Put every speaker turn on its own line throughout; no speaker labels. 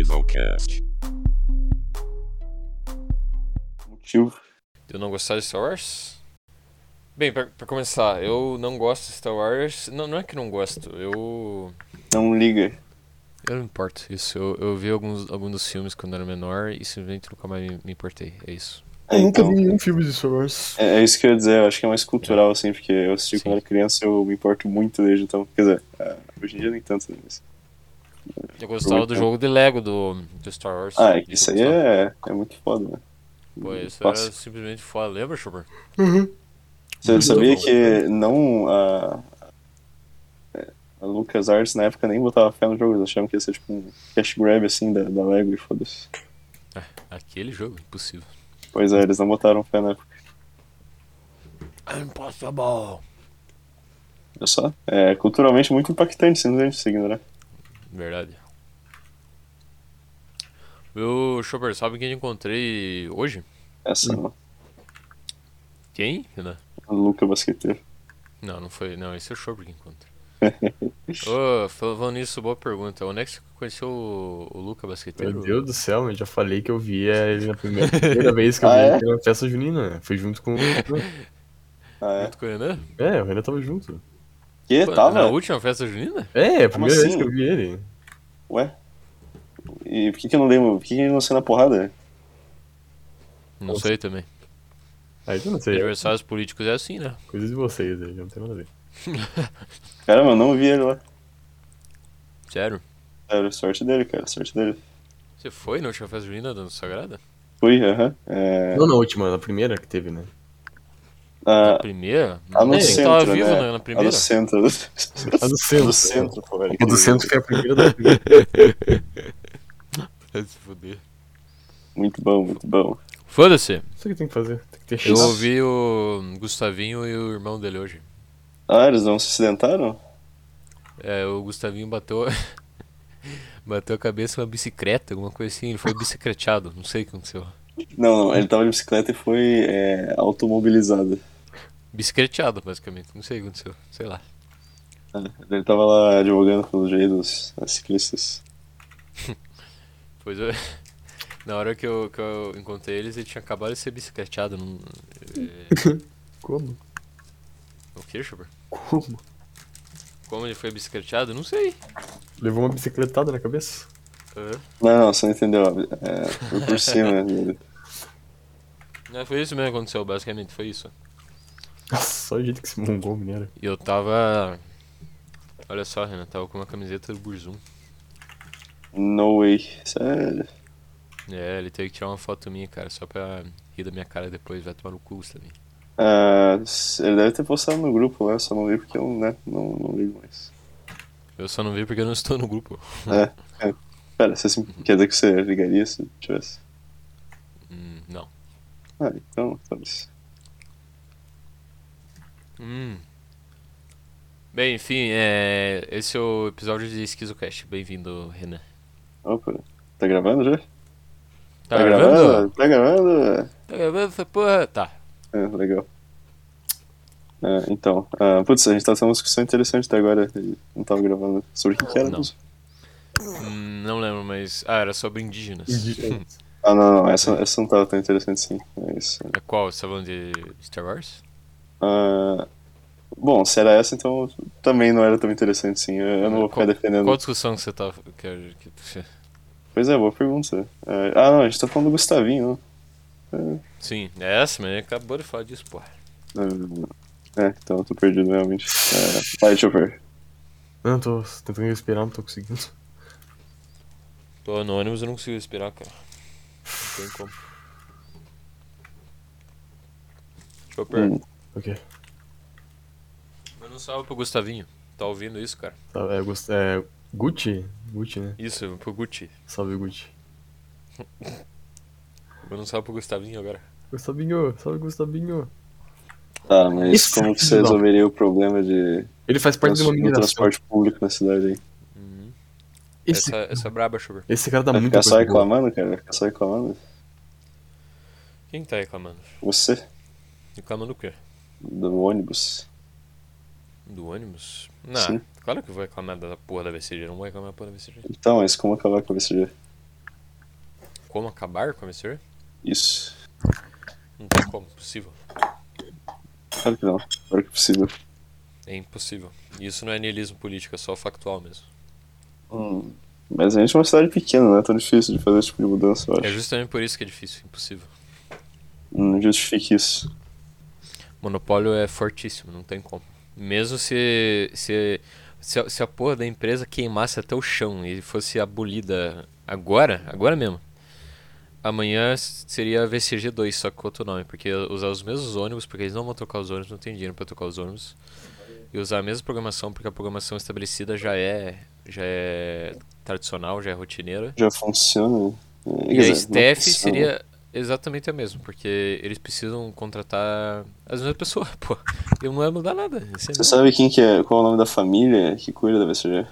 Esquizocast.
Motivo.
de eu não gostar de Star Wars? Bem, pra, pra começar, eu não gosto de Star Wars. Não, não é que não gosto, eu.
Não liga.
Eu não me importo. Isso, eu, eu vi alguns, alguns dos filmes quando era menor e simplesmente nunca mais me, me importei. É isso.
É,
Eu nunca
então,
vi nenhum filme de Star Wars.
é, é isso que eu ia dizer, eu acho que é mais cultural, assim, porque eu assisti
Sim.
quando era criança eu me importo muito desde então. Quer dizer, ah, hoje em dia nem tanto, né? Mas...
Eu gostava do jogo de Lego do, do Star Wars.
Ah, é que isso aí é, é muito foda, né?
Pô, isso
Fácil.
era simplesmente foda. Lembra, Schubert?
Você
muito
sabia
bom.
que não a, a LucasArts na época nem botava fé no jogo, eles achavam que ia ser tipo um cash grab assim da, da Lego e foda-se.
Aquele jogo, impossível.
Pois é, eles não botaram fé na época.
Impossible!
Olha só. É culturalmente muito impactante, simplesmente seguindo, né?
Verdade. Eu, Schubert, sabe quem eu encontrei hoje?
Essa não.
Quem, Renan?
Luca Basqueteiro.
Não, não foi. Não, esse é o Schubert que encontra. Ô, falando nisso, boa pergunta. Onde é que você conheceu o, o Luca Basqueteiro?
Meu Deus do céu, eu já falei que eu via ele na primeira, primeira vez que eu
Ah,
vi
é?
ele na festa junina. né? Foi junto com.
Ah, é.
Junto com o Renan?
É, o Renan tava junto.
Que?
Pô, é,
Tava?
tá Na última festa junina?
É, é a primeira vez
assim?
que eu vi ele.
Ué? E por que, que eu não lembro? Por que, que ele não saiu na porrada?
Não
Nossa.
sei também.
Aí eu não sei,
Adversários políticos é assim, né?
coisa de vocês aí, não tem nada a ver.
Caramba, eu não vi ele lá.
Sério.
Era sorte dele, cara, sorte dele.
Você foi na última festa junina da Dança Sagrada?
Fui, aham. É,
Não na última, na primeira que teve, né?
Na
ah,
primeira?
lá no
Nem,
centro,
tava vivo
né?
na, na
Lá
primeira?
no centro.
A do
do
centro.
centro, pô, velho.
A do centro foi a primeira da primeira.
Vai se fuder.
Muito bom, muito bom.
Foda-se.
Isso que tem que fazer, tem que ter
Eu
chance.
ouvi o Gustavinho e o irmão dele hoje.
Ah, eles não se acidentaram?
É, o Gustavinho bateu. bateu a cabeça numa bicicleta, alguma coisa assim. Ele foi bicicleteado, não sei o que aconteceu.
Não, não, ele tava de bicicleta e foi é, automobilizado.
Bicicleteado, basicamente. Não sei o que aconteceu. Sei lá.
É, Ele tava lá advogando pelo direito dos dos ciclistas.
Pois eu. Na hora que eu, que eu encontrei eles, ele tinha acabado de ser bicicleteado. Não...
Como?
O que, Chopper?
Como?
Como ele foi bicicleteado? Não sei.
Levou uma bicicletada na cabeça?
Hã?
Não, não, você não entendeu. É, foi por cima dele.
Não, foi isso mesmo que aconteceu, basicamente. Foi isso.
Nossa, só o jeito que esse mongol mineiro.
E eu tava. Olha só, Renan, tava com uma camiseta do Burzum.
No way. Sério.
É, ele teve que tirar uma foto minha, cara, só pra rir da minha cara depois, vai tomar no cu também.
Ah, ele deve ter postado no grupo lá, só não vi porque eu né, não, não ligo mais.
Eu só não vi porque eu não estou no grupo.
É, é. Pera, você
Uhum.
se- quer dizer que você ligaria se tivesse?
Hum, não.
Ah, então, talvez.
Hum. Bem, enfim, é... esse é o episódio de Esquizocast. Bem-vindo, Renan.
Opa, tá gravando já?
Tá gravando?
Tá gravando?
Tá gravando essa porra? Tá.
É, legal. É, então, ah, putz, a gente tá tendo uma discussão interessante até agora. e Não tava gravando. Sobre o que, que era
Não.
mesmo?
Hum, não lembro, mas. Ah, era sobre indígenas.
Ah, não, não, essa, essa não tava tão interessante sim. Mas,
É qual? Você tá falando de Star Wars?
ah, bom, se era essa, então também não era tão interessante sim. Eu, eu não vou ficar
Qual-
defendendo.
Qual discussão que você tá. Que, que, que-
Pois é, boa pergunta. É, ah, não, a gente tá falando do Gustavinho. né?
Sim, é essa, mas acabou de falar disso, porra.
É, é, então eu tô perdido realmente. É, vai, deixa eu ver.
Não, tô tentando respirar, não tô conseguindo.
Tô no ônibus eu não consigo respirar, cara. Não tem como. Chopper,
Hum,
Ok.
manda um salve pro Gustavinho. Tá ouvindo isso, cara?
Tá, é, gost- é, Gucci? Gucci, né?
Isso, pro Gucci.
Salve, Gucci.
Manda um salve pro Gustavinho agora.
Gustavinho, salve, Gustavinho.
tá, mas
Isso
como
é
que você
bizarro.
resolveria o problema de
Ele faz parte de uma
trans- do
mineração.
transporte público na cidade aí?
Esse,
Essa, essa é braba, Chopper.
esse cara dá
Vai ficar
muita
só
coisa boa.
reclamando, cara? Vai ficar só reclamando?
Quem tá reclamando?
Você,
Reclamando o quê?
do ônibus.
Do ônibus? Não,
Sim.
Claro que eu vou reclamar da porra da VCG, não vou reclamar da porra da VCG.
Então, mas como acabar com a VCG?
Como acabar com a VCG?
Isso.
Não tem como, possível.
Claro que não. Claro que é possível.
É impossível. E Isso não é niilismo político, é só factual mesmo.
Hum, Mas a gente é uma cidade pequena, não é tão difícil de fazer esse tipo de mudança, eu
É
acho.
justamente por isso que é difícil, impossível.
Não justifique isso.
Monopólio é fortíssimo, não tem como. Mesmo se, se, se, a, se a porra da empresa queimasse até o chão e fosse abolida agora, agora mesmo, amanhã s- seria a VCG2, só que com outro nome, porque ia usar os mesmos ônibus, porque eles não vão trocar os ônibus, não tem dinheiro pra trocar os ônibus, e usar a mesma programação, porque a programação estabelecida já é, já é tradicional, já é rotineira.
Já funciona. É,
E
quer dizer,
a
não
staff
funciona.
seria exatamente a mesma, porque eles precisam contratar as mesmas pessoas, pô. E não vai mudar nada. isso é
Você sabe quem que é, qual é o nome da família que cuida da VCG?
mesmo.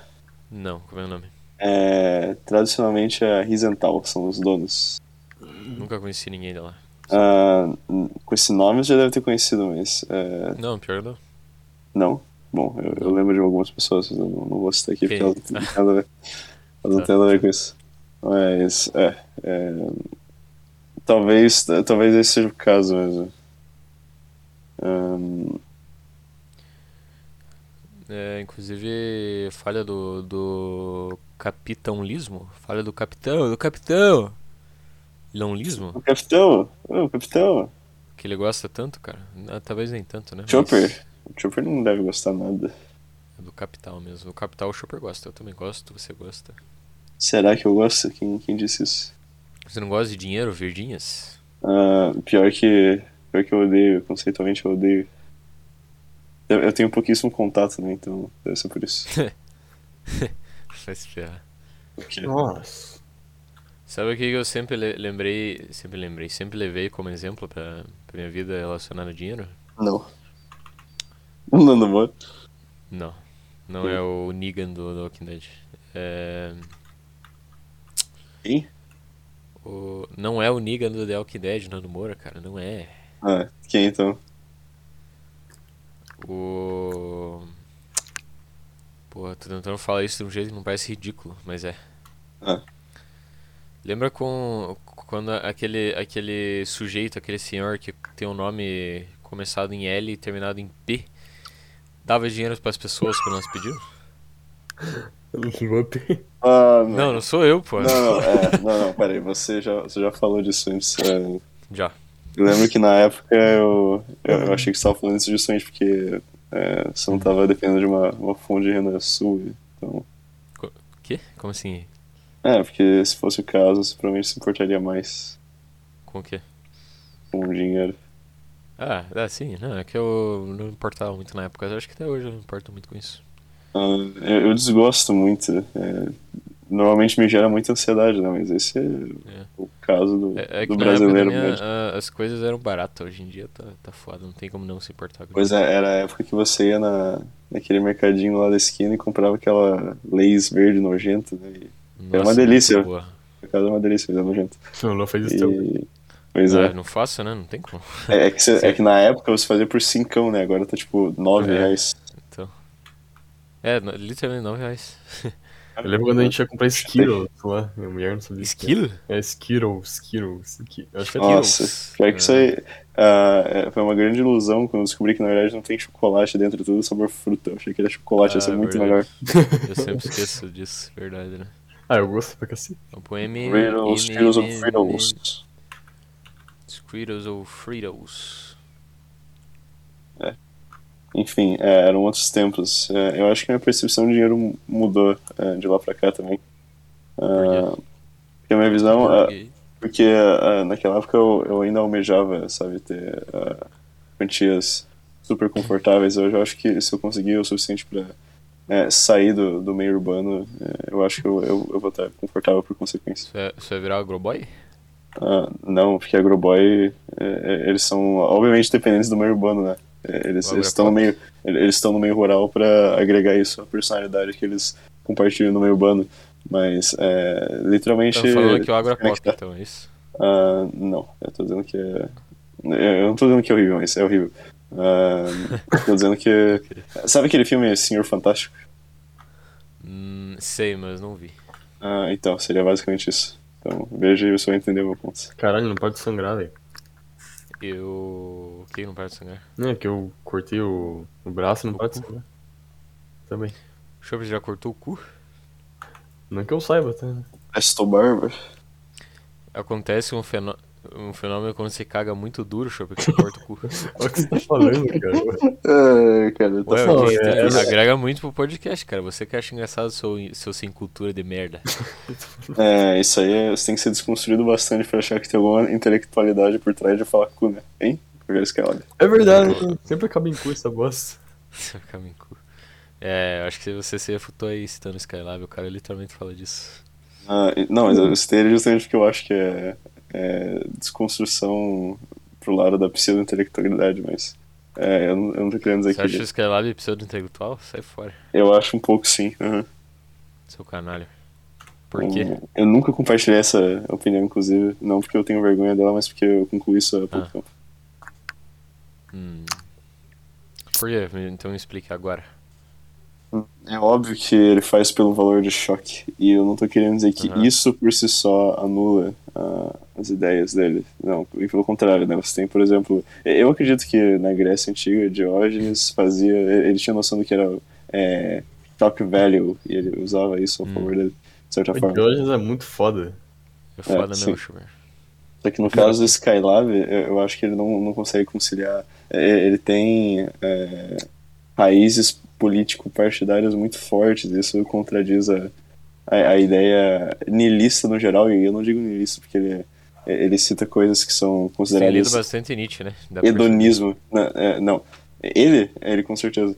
Não, como é o nome?
É, tradicionalmente é a Risental, são os donos.
Nunca conheci ninguém de lá.
Ah, com esse nome você já deve ter conhecido, mas é,
Não, pior não.
não. Bom, eu, eu lembro de algumas pessoas, mas eu não, não vou citar aqui porque
Ok.
elas não têm nada a ver, elas não têm nada a ver com isso. Mas, é, é, talvez, talvez esse seja o caso mesmo. Ahn,
É, inclusive, falha do, do capitãolismo? Falha do capitão, do capitão! Leonlismo?
o capitão, o capitão,
Que ele gosta tanto, cara. Ah, Talvez nem tanto, né? Mas
Chopper. O Chopper não deve gostar nada.
é do capital mesmo. O capital o Chopper gosta. Eu também gosto, você gosta.
Será que eu gosto? Quem, quem disse isso?
Você não gosta de dinheiro, verdinhas?
Ah, pior que. Pior que eu odeio, conceitualmente eu odeio. Eu, eu tenho pouquíssimo contato, né? Então deve ser por isso.
Vai se ferrar.
Porque-
Nossa.
Sabe o que que eu sempre le- lembrei, sempre lembrei, sempre levei como exemplo pra, pra minha vida relacionada a dinheiro?
Não. Não, não vou.
Não, não é o Negan do, do Walking Dead. É,
Quem?
o, não é o Negan do The Walking Dead, Nando Moura, cara, não é.
Ah, quem então?
O... Porra, tô tentando falar isso de um jeito que não parece ridículo, mas é.
Ah.
Lembra com quando a- aquele, aquele sujeito, aquele senhor que tem um nome começado em L e terminado em P, dava dinheiro pras pessoas quando elas pediam?
Eu não vou ter.
Ah, não.
Não, não sou eu, pô.
Não, não, é, não, não, peraí, você já, você já falou disso antes. é,
Já.
Eu lembro que na época eu, eu, eu achei que você tava falando isso justamente porque é, você não tava dependendo de uma, uma fonte de renda sua. Então.
Quê? Como assim?
É, porque se fosse o caso, você provavelmente se importaria mais
Com o quê?
com o dinheiro.
Ah, ah, sim, não, é que eu não importava muito na época. Eu acho que até hoje eu não importo muito com isso.
Ah, eu, eu desgosto muito. é, normalmente me gera muita ansiedade, né? Mas esse é,
É.
o caso do,
É, é que
do
na época da
brasileiro
minha,
mesmo.
a- as coisas eram baratas, hoje em dia tá, tá foda, não tem como não se importar com
Pois
isso.
é, era a época que você ia na, naquele mercadinho lá da esquina e comprava aquela Lays verde nojenta, né? E,
Nossa,
uma delícia.
muito boa.
por acaso é uma delícia, mas é nojento.
Não, não fez isso teu.
E, pois
Ah,
é.
eu não faço, né? Não tem como.
É, é que cê- é que na época você fazia por cincão, né? Agora tá tipo nove
É.
reais.
É, no- literalmente 9 reais.
Eu lembro quando a gente ia comprar Skittle, sei lá, minha mulher não sabia. o que
Esquilo?
É É Skittle, Skittle, Skittle. Eu acho que é
Nossa.
Nossa, pior que isso aí ah, é, foi uma grande ilusão quando eu descobri que na verdade não tem chocolate dentro de tudo, é sabor fruta. Eu achei que era chocolate, ia ser
Ah,
é muito
verdade.
melhor.
Eu sempre esqueço disso, verdade, né?
Ah, eu gosto pra cacete.
O poema é-
Riddles,
é-
Riddles
é-
of Riddles.
Squirrels ou Fritos.
Enfim, é, eram outros tempos. É, eu acho que minha percepção de dinheiro mu- mudou é, de lá pra cá também. Ah,
é
porque a minha visão. ah, Porque ah, naquela época eu, eu ainda almejava, sabe, ter ah, quantias super confortáveis. Hoje eu acho que se eu conseguir o suficiente para sair do, do meio urbano, eh, eu acho que eu, eu, eu vou estar confortável por consequência.
Isso é, isso é virar agroboy?
Ah, não, porque agroboy, eh, eh, eles são obviamente dependentes do meio urbano, né? Eh, Eles
O
eles estão no
agropop.
meio, eles estão no meio rural para agregar isso à personalidade que eles compartilham no meio urbano. Mas eh, literalmente.
Estamos falando que o agro é pop,
desconectar.
então, é isso?
Ah, não, eu tô dizendo que é. Eu não tô dizendo que é horrível, mas é horrível. Ah, eu tô dizendo que. Sabe aquele filme Senhor Fantástico?
Hum, sei, mas não vi.
Ah, então, seria basicamente isso. Então, veja e você vai entender o meu ponto.
Caralho, não pode sangrar, velho.
Eu. O que não para de sangrar?
Não, é que eu cortei o, o braço, não pode sangrar. Também.
O Chopper já cortou o cu?
Não que eu saiba, tá? né?
Estou barba.
Acontece um, fenô... um fenômeno quando você caga muito duro, Chopper, que você corta o cu.
Olha o que você tá falando, cara.
É, cara, tá
Ué,
falando.
Não,
que-
é-
isso agrega muito pro podcast, cara. Você que acha engraçado seu, seu sem cultura de merda.
É, isso aí é- você tem que ser desconstruído bastante pra achar que tem alguma intelectualidade por trás de falar cu, né? Hein? Qualquer escalada.
É verdade, sempre acaba em cu essa bosta.
Seu caminho cu. É, eu acho que você se refutou aí citando o Skylab, o cara literalmente fala disso.
Ah, e- não, mas
Hum.
eu citei ele justamente porque eu acho que é, é desconstrução pro lado da pseudo-intelectualidade, mas. É, eu não, eu não tô querendo dizer
Você acha o
que.
Skylab pseudo-intelectual? Sai fora,
Eu acho um pouco sim. aham.
seu canalha. Por quê?
Eu, eu nunca compartilhei essa opinião, inclusive. Não porque eu tenho vergonha dela, mas porque eu concluí isso há pouco
Ah.
tempo.
Hum. Por quê? Me- Então me explique agora.
É óbvio que ele faz pelo valor de choque. E eu não tô querendo dizer que
Aham.
isso por si só anula ah, as ideias dele. Não, e pelo contrário, né? Você tem, por exemplo. Eu acredito que na Grécia Antiga, Diógenes fazia. Ele tinha noção do que era é, shock value. E ele usava isso a
Hum.
favor dele, de certa
O
forma.
Diógenes é muito foda.
É foda
sim.
mesmo, Schubert.
Só que no caso do Skylab, eu, eu acho que ele não, não consegue conciliar. É, Ele tem é, raízes político-partidárias muito fortes, isso contradiz a, a, a ideia niilista no geral, e eu não digo niilista porque ele, é, ele cita coisas que são
Você tem lido
consideradas
bastante Nietzsche, né? Dá pra
hedonismo. Não, é, não. ele, É, ele com certeza.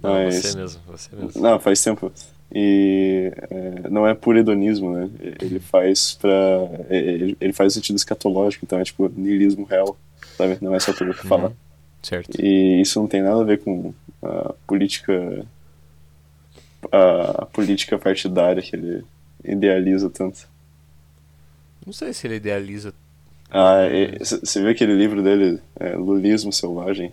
perceber. Não,
Mas-
você mesmo, você mesmo.
não, faz tempo. E é, não é por hedonismo, né? Ele faz pra. é, Ele, ele faz sentido escatológico, então é tipo niilismo real, sabe? Não é só por falar.
Certo.
E isso não tem nada a ver com a política. a política partidária que ele idealiza tanto.
Não sei se ele idealiza.
Ah, e- c- você viu aquele livro dele, é, Lulismo Selvagem?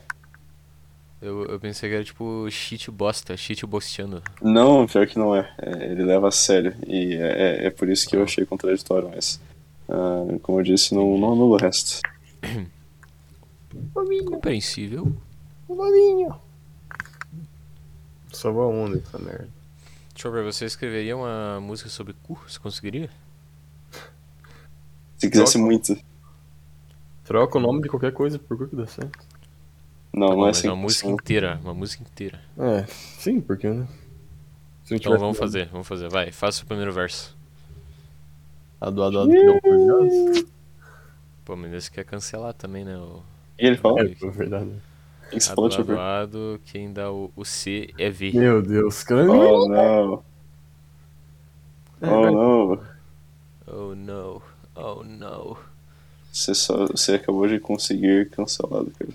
Eu, eu pensei que era tipo shit bosta, shit bosteando.
Não, pior que não é. É, Ele leva a sério. E é, é- é por isso que eu achei contraditório, mas. ah, como eu disse, não, não anula o resto.
Compreensível.
Só uma onda essa merda.
Deixa eu ver, você escreveria uma música sobre cu? Você conseguiria?
Se quisesse muito.
Troca o nome de qualquer coisa por cu que dá certo.
Não, não é
Tá mas
assim.
uma música inteira, uma música inteira.
É, sim, porque né? Se não
Então vamos fazer, vamos fazer. Vai, faça o primeiro verso.
A do Adado que não foi nada.
Pô, mas esse quer cancelar também, né? O
E ele fala?
É, foi verdade.
Tem que se falar, deixa eu ver.
adoado, quem dá o, o C é V.
Meu Deus, cara.
Oh, não.
É.
Oh, não.
Oh no, oh no.
Você, só, você acabou de conseguir cancelado, cara.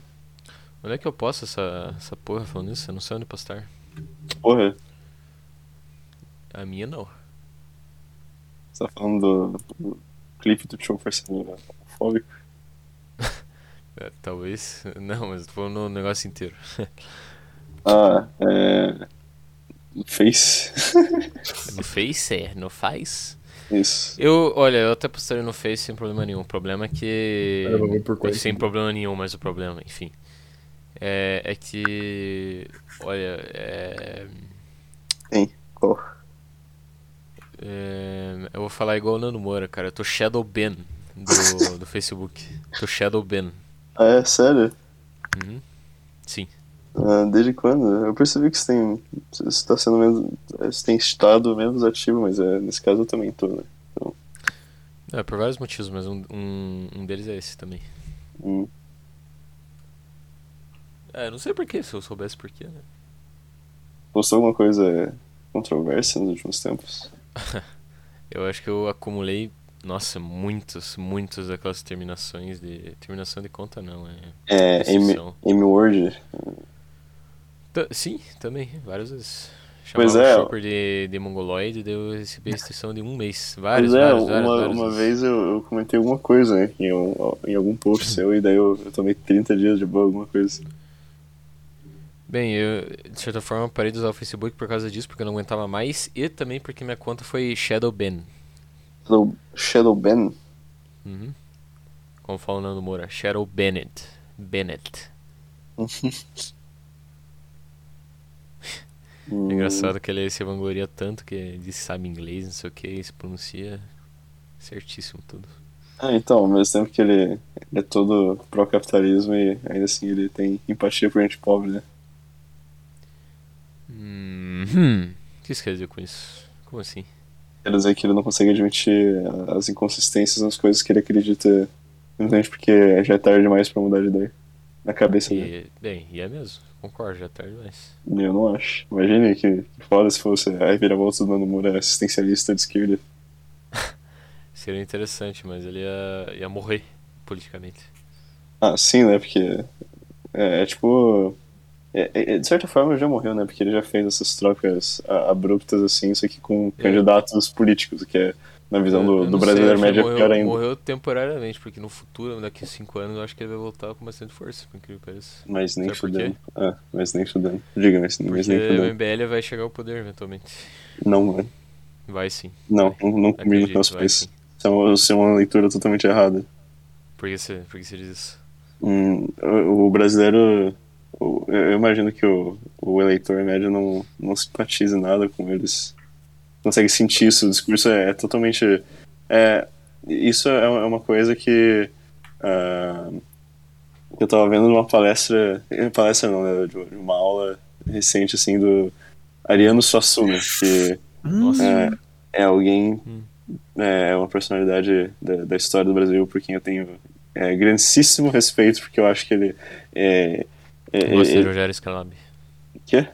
Onde é que eu posto essa, essa porra falando isso? Eu não sei onde postar.
Porra,
A minha não.
você tá falando do, do clipe do Chopper sendo homofóbico?
É, talvez. Não, mas tô falando no negócio inteiro.
Ah, é. Face?
No Face é, no faz?
Isso.
Eu, olha, eu até postaria no Face sem problema nenhum. O problema é que.
Eu vou por coisa.
sem problema nenhum, mas o problema, enfim. É, é que. Olha, é,
Tem. Qual?
é, Eu vou falar igual o Nando Moura, cara. Eu tô Shadow Ban do, do Facebook. Tô Shadow Ban.
Ah, é? Sério?
Uhum. Sim.
Ah, desde quando? Eu percebi que você tem. Você tá sendo menos. Você tem estado menos ativo, mas é, nesse caso eu também tô, né?
É, por vários motivos, mas um, um, um deles é esse também.
Hum.
É, eu não sei porquê, se eu soubesse porquê, né?
Postou alguma coisa controversa nos últimos tempos?
Eu acho que eu acumulei, nossa, muitos, muitos daquelas terminações de. Terminação de conta não, é.
É, M,
restrição.
M Word.
Ta- Sim, também, várias vezes. Chamava
Pois
o
é.
shopper de, de mongoloide e deu esse restrição de um mês. Vários,
Pois é,
vários,
uma,
vários, vários
uma vez eu, eu comentei alguma coisa né, em, um- em algum post seu e daí eu, eu tomei 30 dias de boa, alguma coisa.
Bem, eu, de certa forma, parei de usar o Facebook por causa disso, porque eu não aguentava mais, e também porque minha conta foi Shadow Ban.
Shadow, Shadow Ban?
Uhum. Como fala o Nando Moura, Shadow Bennett. Bennett.
Hum.
É engraçado que ele se vangloria tanto que diz sabe inglês, não sei o que, se pronuncia certíssimo tudo.
Ah, então, ao mesmo tempo que ele, ele é todo pró-capitalismo e ainda assim ele tem empatia por gente pobre, né?
Hum, o que isso quer dizer com isso? Como assim?
Quer dizer que ele não consegue admitir as inconsistências nas coisas que ele acredita, simplesmente porque já é tarde demais pra mudar de ideia. Na cabeça dele.
E, bem, e é mesmo, concordo, já é tarde demais.
Eu não acho. Imagine que foda se fosse a reviravolta do Nando Moura assistencialista de esquerda.
Seria interessante, mas ele ia, ia morrer politicamente.
Ah, sim, né? Porque é, é tipo. é- é- de certa forma já morreu, né? Porque ele já fez essas trocas a- abruptas assim, só que com candidatos políticos, que é, na visão
É. Eu- eu
do, do
não sei,
brasileiro
acho que
médio, é
morreu,
pior ainda.
Morreu temporariamente, porque no futuro, daqui a 5 anos, eu acho que ele vai voltar com bastante força, por incrível que pareça.
Mas nem
Sabe por
fudendo. Ah, mas nem fudendo. Diga, mas, mas
Porque
nem
o
fudendo.
MBL vai chegar ao poder eventualmente.
Não, mano.
Vai sim.
Não, não, não comigo
Acredito,
com meus
vai
pais.
sim.
Isso é uma- isso é uma leitura totalmente errada.
Por que você, por que você diz isso?
Hum, o, o brasileiro. o- eu imagino que o, o eleitor médio não, não simpatize nada com eles. Consegue sentir isso. O discurso é, é totalmente. É, isso é uma é uma coisa que. ah, eu tava vendo numa palestra. eh, Palestra não, né? De de uma aula recente, assim, do Ariano Suassuna, que
Nossa,
é, é alguém,
Hum.
é uma personalidade da, da história do Brasil por quem eu tenho é, grandíssimo respeito, porque eu acho que ele é. é-
ele gosta de
é-
Rogério Scalab.
quê?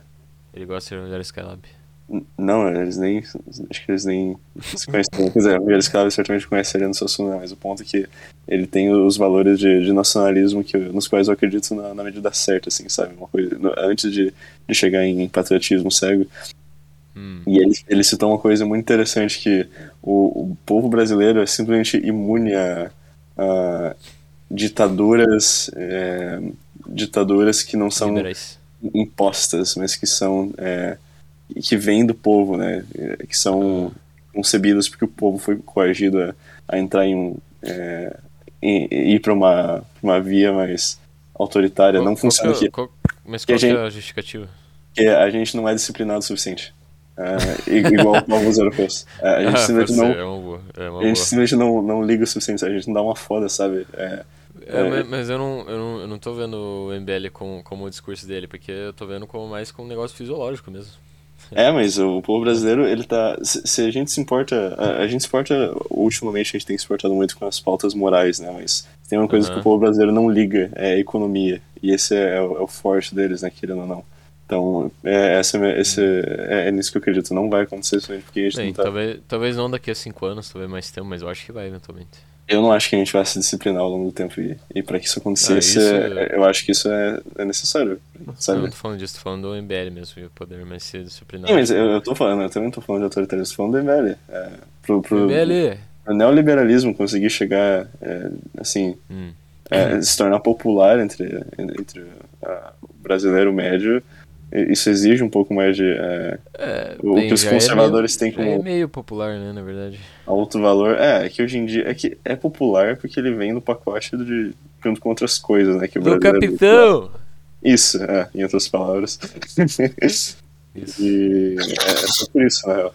Ele gosta de Rogério Scalab.
N- Não, eles nem. Acho que eles nem se conhecem. Quer dizer, o Rogério Scalabri certamente conhece Ariano Suassuna, mas o ponto é que ele tem os valores de, de nacionalismo que, eu- nos quais eu acredito na, na medida certa, assim, sabe? Uma coisa, no- antes de, de chegar em patriotismo cego.
Hum.
E ele, ele citou uma coisa muito interessante que o, o povo brasileiro é simplesmente imune a, a ditaduras, é, ditaduras que não são
Liberais.
impostas, mas que são é, que vêm do povo, né? é, Que são concebidas porque o povo foi coagido a, a entrar em um é, em- em ir para uma pra uma via mais autoritária.
Qual-
não
qual
funciona
que
aqui
é- qual- mas
Que a
qual que é
gente-
a justificativa?
porque a gente não é disciplinado o suficiente. É, i- igual alguns europeus. É, a gente
Ah, pode
simplesmente, não,
ser, é uma boa. É uma
a gente
boa.
simplesmente não, não liga o suficiente, a gente não dá uma foda, sabe? É,
É,
É.
mas, mas eu, não, eu, não, eu não tô vendo o MBL como, como o discurso dele, porque eu tô vendo como mais como um negócio fisiológico mesmo.
é, mas o povo brasileiro, ele tá. Se, se a gente se importa. A, a gente se importa. Ultimamente a gente tem se importado muito com as pautas morais, né? Mas tem uma coisa
Aham.
que o povo brasileiro não liga: é a economia. E esse é, o, é o forte deles, né? Querendo ou não. Então, é, essa, esse, é, é nisso que eu acredito. Não vai acontecer isso porque a gente
Uhum. Bem,
não tá.
então talvez, talvez não daqui a cinco anos, talvez mais tempo, mas eu acho que vai eventualmente.
Eu não acho que a gente vai se disciplinar ao longo do tempo e, e para que isso acontecesse,
Ah, isso
é- eu acho que isso é, é necessário,
Eu
sabe?
não tô falando disso, tô falando do MBL mesmo, e o poder mais ser disciplinado.
Sim, mas eu, eu tô falando, eu também tô falando de autoritarismo, tô falando do ML. É, pro, pro,
MBL!
pro neoliberalismo conseguir chegar, é, assim,
Hum.
é, se tornar popular entre, entre ah, o brasileiro médio, e- isso exige um pouco mais de é,
É,
O que os
já é
conservadores
meio-
têm como-
É meio popular, né, na verdade.
alto valor. É, é que hoje em dia é, que é popular porque ele vem no pacote de, junto com outras coisas, né? Que o
Do
brasileiro-
capitão!
Isso, é, em outras palavras.
Isso.
E é, é só por isso, né?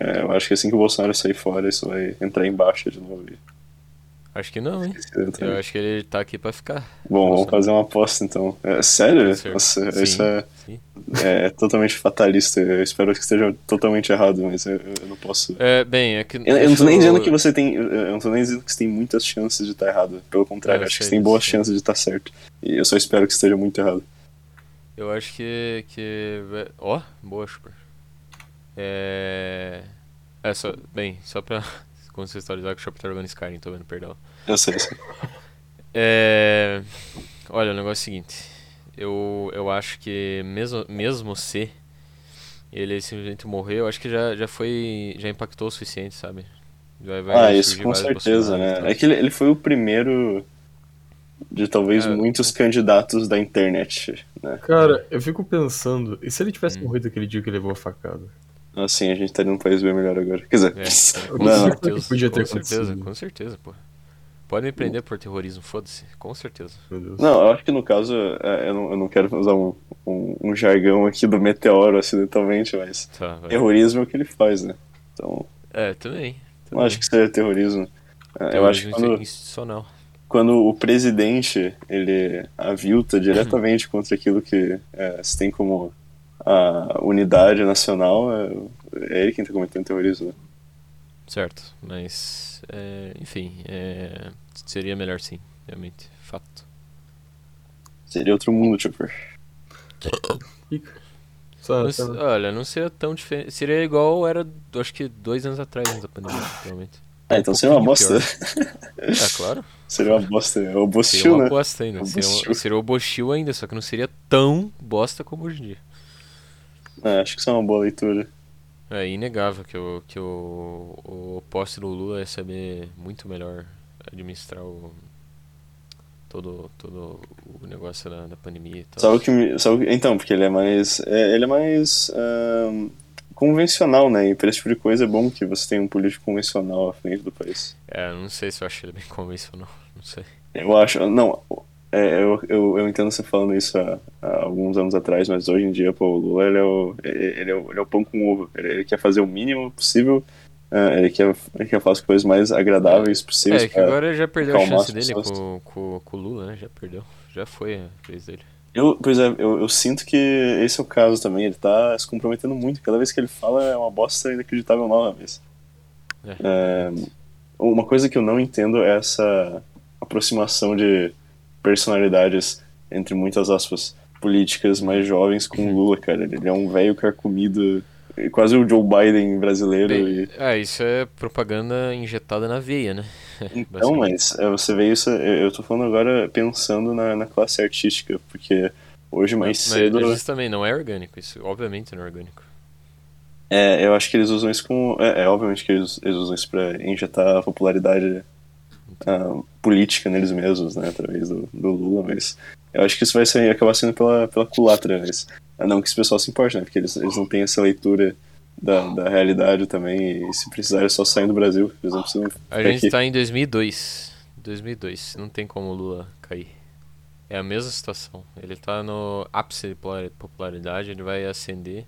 É, eu acho que assim que o Bolsonaro sair fora, isso vai entrar em baixa de novo. e
Acho que não, hein?
isso vai entrar em-
Eu acho que ele tá aqui pra ficar.
Bom, vamos
Bolsonaro.
fazer uma aposta então. É, sério?
Sim.
Nossa,
Sim.
isso é,
Sim.
é totalmente fatalista. Eu espero que esteja totalmente errado, mas eu, eu não posso.
É, bem, é que.
Eu, eu não tô nem
deixa eu-
dizendo que você tem. Eu eu não tô nem dizendo que você tem muitas chances de estar errado. Pelo contrário,
É, eu
acho que
sei
você tem boas
disso.
chances de estar certo. E eu só espero que esteja muito errado.
Eu acho que. que... vai- Ó, boa, Super. É. É só. Bem, só pra contextualizar que o Shopper tá jogando Skyrim, tô vendo, perdão.
Eu sei, eu sei.
É. Olha, o negócio é o seguinte. Eu, eu acho que mesmo, mesmo se ele simplesmente morrer, eu acho que já, já foi. Já impactou o suficiente, sabe? Vai, vai
Ah, isso
surgir
com
vários então.
certeza,
Bolsonaros
né?
e tal.
É que ele, ele foi o primeiro de talvez
É.
muitos candidatos da internet, né?
Cara, eu fico pensando, e se ele
Hum.
tivesse morrido aquele dia que levou a facada?
Assim, a gente tá num país bem melhor agora. Quer dizer,
É.
Eu
não,
Com
consigo-
não,
certeza,
podia ter
com certeza,
acontecido.
com certeza, pô. Pode me prender por terrorismo, foda-se, com certeza.
Meu Deus.
não, eu acho que no caso, é, eu não, eu não quero usar um, um, um jargão aqui do meteoro acidentalmente, mas
Tá, vai.
terrorismo é o que ele faz, né? Então,
É, também.
não acho que seja terrorismo. Ah, Eu acho que
Terrorismo
quando,
institucional.
quando o presidente ele avilta diretamente contra aquilo que é, se tem como a unidade nacional, é, é ele quem está cometendo terrorismo. né?
Certo, mas é, enfim, é, seria melhor sim, realmente, fato.
Seria outro mundo, tipo.
É
Chopper.
Sabe,
Mas, ah,
sabe?
olha, não seria tão diferente, seria igual era, acho que dois anos atrás antes da pandemia, realmente.
Ah, então seria uma
um pouquinho
bosta.
Ah, claro,
seria uma bosta. É o
seria
Bostil,
uma
né?
bosta ainda, seria, um-
Obostil.
seria o Boshio ainda, só que não seria tão bosta como hoje em dia.
É, acho que isso é uma boa leitura.
É inegável que, o, que o, o posse do Lula ia saber muito melhor administrar o, todo, todo o negócio da, da pandemia e tal.
Sabe o que me- sabe o que- Então, porque ele é mais. é, ele é mais. ahn, convencional, né? E pra esse tipo de coisa é bom que você tenha um político convencional à frente do país.
É, não sei se eu acho ele bem convencional, não sei.
Eu acho. Não, é, eu, eu, eu entendo você falando isso há, há alguns anos atrás, mas hoje em dia, pô, o Lula ele é o, ele ele é o, ele é o pão com ovo. Ele, ele quer fazer o mínimo possível, eh, ele, quer, ele quer fazer as coisas mais agradáveis possíveis.
É, que
pra-
agora já perdeu a
acalmar
chance
as
dele
pessoas.
com, com, com o Lula, né? Já perdeu. Já foi a vez dele.
eu, pois é, eu, eu sinto que esse é o caso também. Ele tá se comprometendo muito. Cada vez que ele fala é uma bosta inacreditável nova vez.
É.
É, uma coisa que eu não entendo é essa aproximação de personalidades, entre muitas aspas, políticas mais jovens
Uhum.
com o Lula, cara. Ele é um velho carcomido, quase o Joe Biden brasileiro. e-
Bem, ah, isso é propaganda injetada na veia, né?
Então, mas é, você vê isso, eu eu tô falando agora pensando na, na classe artística, porque hoje mais
Mas
cedo.
isso também não é orgânico, isso obviamente não é orgânico.
É, eu acho que eles usam isso com. É, é, obviamente que eles, eles usam isso pra injetar popularidade ah, política neles mesmos, né? Através do, do Lula, mas. Eu acho que isso vai ser, acabar sendo pela, pela culatra, mas. ah, Não que esse pessoal se importe, né? Porque eles, eles não têm essa leitura da, da realidade também, e se precisar eles só saem do Brasil, eles não precisam.
A
ficar
gente
aqui.
tá em 2002. 2002, não tem como o Lula cair. É a mesma situação. Ele tá no ápice de polar- popularidade, ele vai ascender.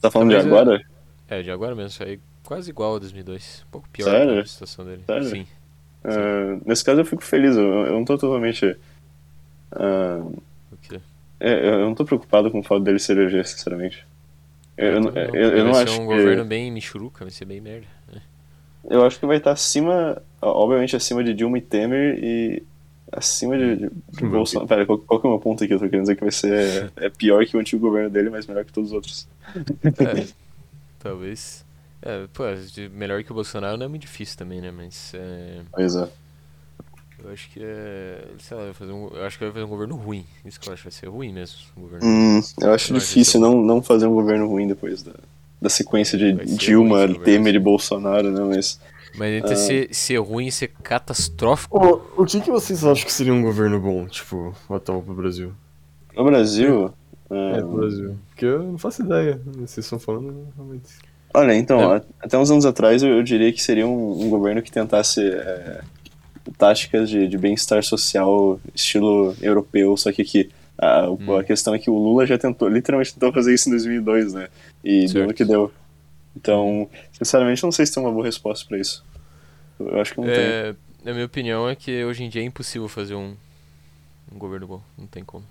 Tá falando de
Talvez eu-
agora?
É, de agora mesmo, isso aí é quase igual a 2002. Um pouco pior
Sério?
né, a situação dele.
Sério?
Sim.
Ah, nesse caso eu fico feliz, eu, eu não tô totalmente. ah,
O quê?
é, eu eu não tô preocupado com o fato dele se eleger, sinceramente. Eu, eu, não- eu, eu não
vai
acho
ser um
que...
governo bem michuruca, vai ser bem merda.
Eu acho que vai estar acima, ó, obviamente acima de Dilma e Temer e acima de, de
Hum.
Bolsonaro. Pera, qual, qual que é o meu ponto aqui? Eu tô querendo dizer que vai ser é pior que o antigo governo dele, mas melhor que todos os outros.
É, talvez. É, pô, de- melhor que o Bolsonaro não é muito difícil também, né? Mas é,
Pois é.
eu acho que é. Sei lá, vai fazer um, eu acho que vai fazer um governo ruim. Isso que eu acho, vai ser ruim mesmo. Um governo.
Hum, eu acho
Eu acho
difícil
que
não, não fazer um governo ruim depois da, da sequência de
Vai ser ruim
Dilma,
esse governo.
Temer e Bolsonaro, né? Mas
Mas entre
Ah.
ser, ser ruim e ser catastrófico.
Ô, o que, que vocês acham que seria um governo bom, tipo, atual pro Brasil?
no Brasil.
É,
é,
pro Brasil. Porque eu não faço ideia. Vocês estão falando realmente.
Olha, então,
É.
a- até uns anos atrás eu, eu diria que seria um, um governo que tentasse é, táticas de, de bem-estar social, estilo europeu, só que aqui a,
Hum.
o- a questão é que o Lula já tentou, literalmente tentou fazer isso em 2002, né? E deu
Certo.
no que deu. Então, sinceramente, eu não sei se tem uma boa resposta pra isso. Eu acho que não tem.
É, na minha opinião, é que hoje em dia é impossível fazer um, um governo bom. Não tem como.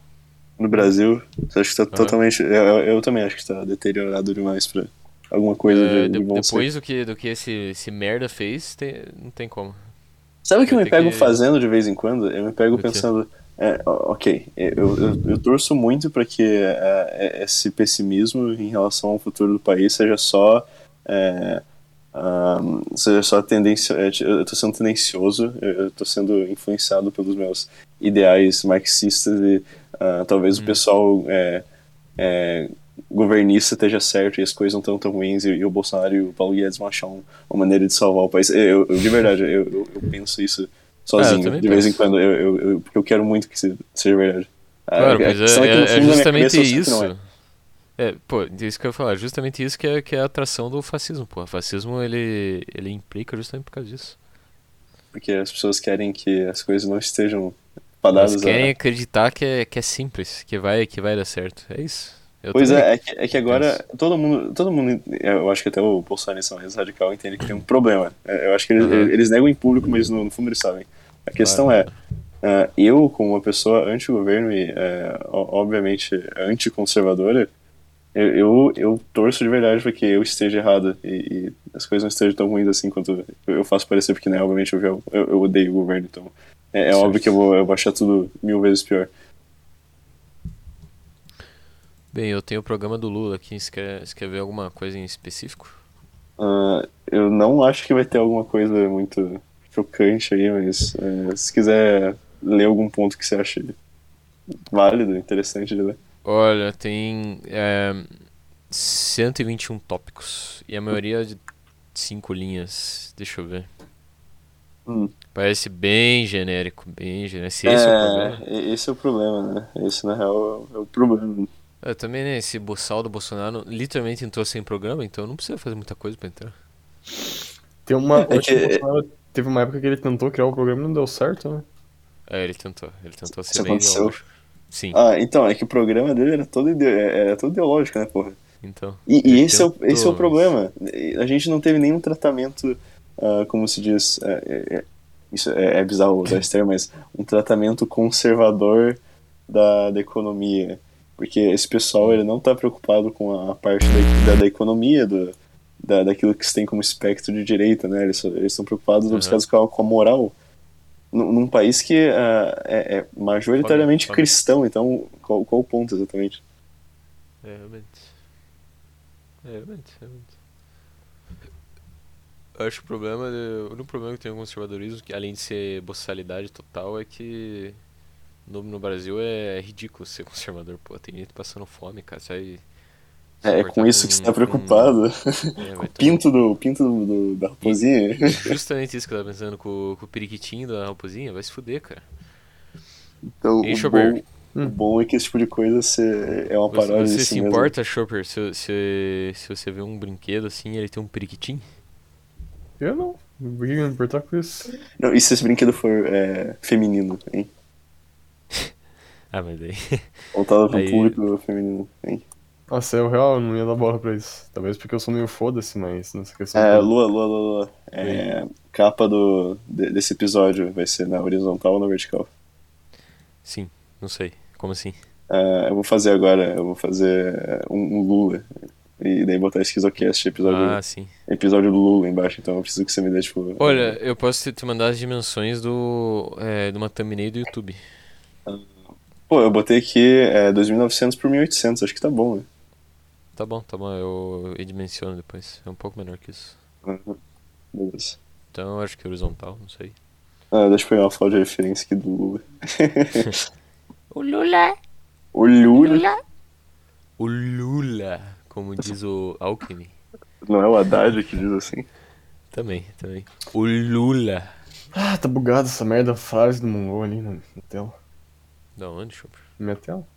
No Brasil, eu acho que tá totalmente. Eu, eu- eu também acho que tá deteriorado demais pra alguma coisa
É,
de, de
de-
bom ser.
depois do que, do que esse, esse merda fez, tem- não tem como.
Sabe o que eu
Vai
me
ter
pego
que-
fazendo de vez em quando? Eu me pego
O quê?
pensando, é, ó, ok, eu, eu, eu torço muito para que é, é, esse pessimismo em relação ao futuro do país seja só. é, ahm, seja só tendência. é, ti- Eu tô sendo tendencioso, eu eu tô sendo influenciado pelos meus ideais marxistas e ah,
Hum.
talvez o pessoal é, é, governista esteja certo e as coisas não estão tão ruins e, e o Bolsonaro e o Paulo Guedes vão achar um- uma maneira de salvar o país. Eu, eu- de verdade, eu, eu, eu penso isso sozinho, de vez penso. em quando. Eu, eu, eu, porque eu quero muito que seja verdade. Ah,
Claro, a, mas a é, é, é, justamente isso. É, pô, isso que eu ia falar, justamente isso que é, que é a atração do fascismo, pô. O fascismo, ele, ele implica justamente por causa disso.
Porque as pessoas querem que as coisas não estejam padadas
Eles querem a... acreditar que é, que é simples, que vai, que vai dar certo. É isso.
Eu pois é, é que, é que agora todo mundo, todo mundo, eu acho que até o Bolsonaro é mais radical entende que tem um problema. Eu acho que eles, uhum. eles negam em público, mas no, no fundo eles sabem. A questão claro. é, Uh, eu, como uma pessoa anti-governo e, uh, obviamente, anticonservadora, eu, eu, eu torço de verdade para que eu esteja errado e, e, as coisas não estejam tão ruins assim quanto eu faço parecer, porque, né, obviamente, eu, eu, eu odeio o governo, então é, é óbvio que eu vou, eu vou achar tudo mil vezes pior.
Bem, eu tenho o programa do Lula aqui, você quer, você quer ver alguma coisa em específico?
Uh, eu não acho que vai ter alguma coisa muito chocante aí, mas eh, se quiser ler algum ponto que você acha válido, interessante de ler.
Olha, tem é, 121 tópicos e a maioria é de 5 linhas. Deixa eu ver.
Hum.
Parece bem genérico, bem genérico. Esse é, esse é o
problema. Esse é o problema, né? Esse na real é o problema.
Eu também, né? Esse boçal do Bolsonaro literalmente entrou sem programa, então não precisa fazer muita coisa pra entrar.
Tem uma. É que... Teve uma época que ele tentou criar o programa e não deu certo, né?
É, ele tentou. Ele tentou ser
Isso
bem
aconteceu.
ideológico. Sim.
Ah, então, é que o programa dele era todo, ide... era todo ideológico, né, porra?
Então.
E, e esse, tentou, é o, esse mas... é o problema. A gente não teve nenhum tratamento, uh, como se diz. É, é, isso é, bizarro usar esse termo, mas um tratamento conservador da, da economia. Porque esse pessoal ele não está preocupado com a parte da, da, da economia, do, da, daquilo que se tem como espectro de direita, né? Eles, eles estão preocupados, uhum. casos, com a, com a moral. Num, num país que uh, é, é, majoritariamente pode, pode. cristão, então qual, qual o ponto exatamente?
É, realmente. É, realmente, realmente. Acho que o problema, de, o único problema que tem com o conservadorismo, que além de ser boçalidade total, é que no, no Brasil é, é ridículo ser conservador. Pô, tem gente passando fome, cara, sai...
É, é com isso que você tá preocupado. Com... É, o pinto do, pinto do, do da raposinha.
tá. É Justamente isso que eu tava pensando com, com o periquitinho da raposinha, vai se fuder, cara.
Então, Ei, o, Chopper. bom, hum. o bom é que esse tipo de coisa você, é uma
você,
paródia
Você
de si
se
mesmo.
importa, Chopper, se, se, se você vê um brinquedo assim ele tem um periquitinho?
Eu não. Por que me importar com isso?
Não, e se esse brinquedo for é, feminino, hein?
ah, mas daí...
Voltado pro aí... público feminino, hein?
Nossa, eu real não ia dar bola pra isso. Talvez porque eu sou meio foda-se, mas nessa
Uhum.
questão.
É, Lua, Lua, Lua, Lua. É, capa do, de, desse episódio vai ser na horizontal ou na vertical?
Sim, não sei. Como assim?
É, eu vou fazer agora, eu vou fazer um, um Lula. E daí botar esquizocast, episódio.
Ah, sim.
Episódio do Lula embaixo, então eu preciso que você me dê, tipo.
Olha, eu posso te mandar as dimensões do. É, de uma thumbnail do YouTube.
Pô, eu botei aqui é, 2900 por 1800, acho que tá bom, né?
Tá bom, tá bom, eu dimensiono depois. É um pouco menor que isso.
Uhum. Beleza.
Então acho que é horizontal, não sei.
Ah, deixa eu pegar uma foto de referência aqui do Lula.
o Lula!
O Lula!
O Lula, como diz o Alckmin.
Não é o Haddad que diz assim?
Também, também. O Lula!
Ah, tá bugado essa merda frase do Mongol ali na tela.
Da onde, Chopper?
Minha tela.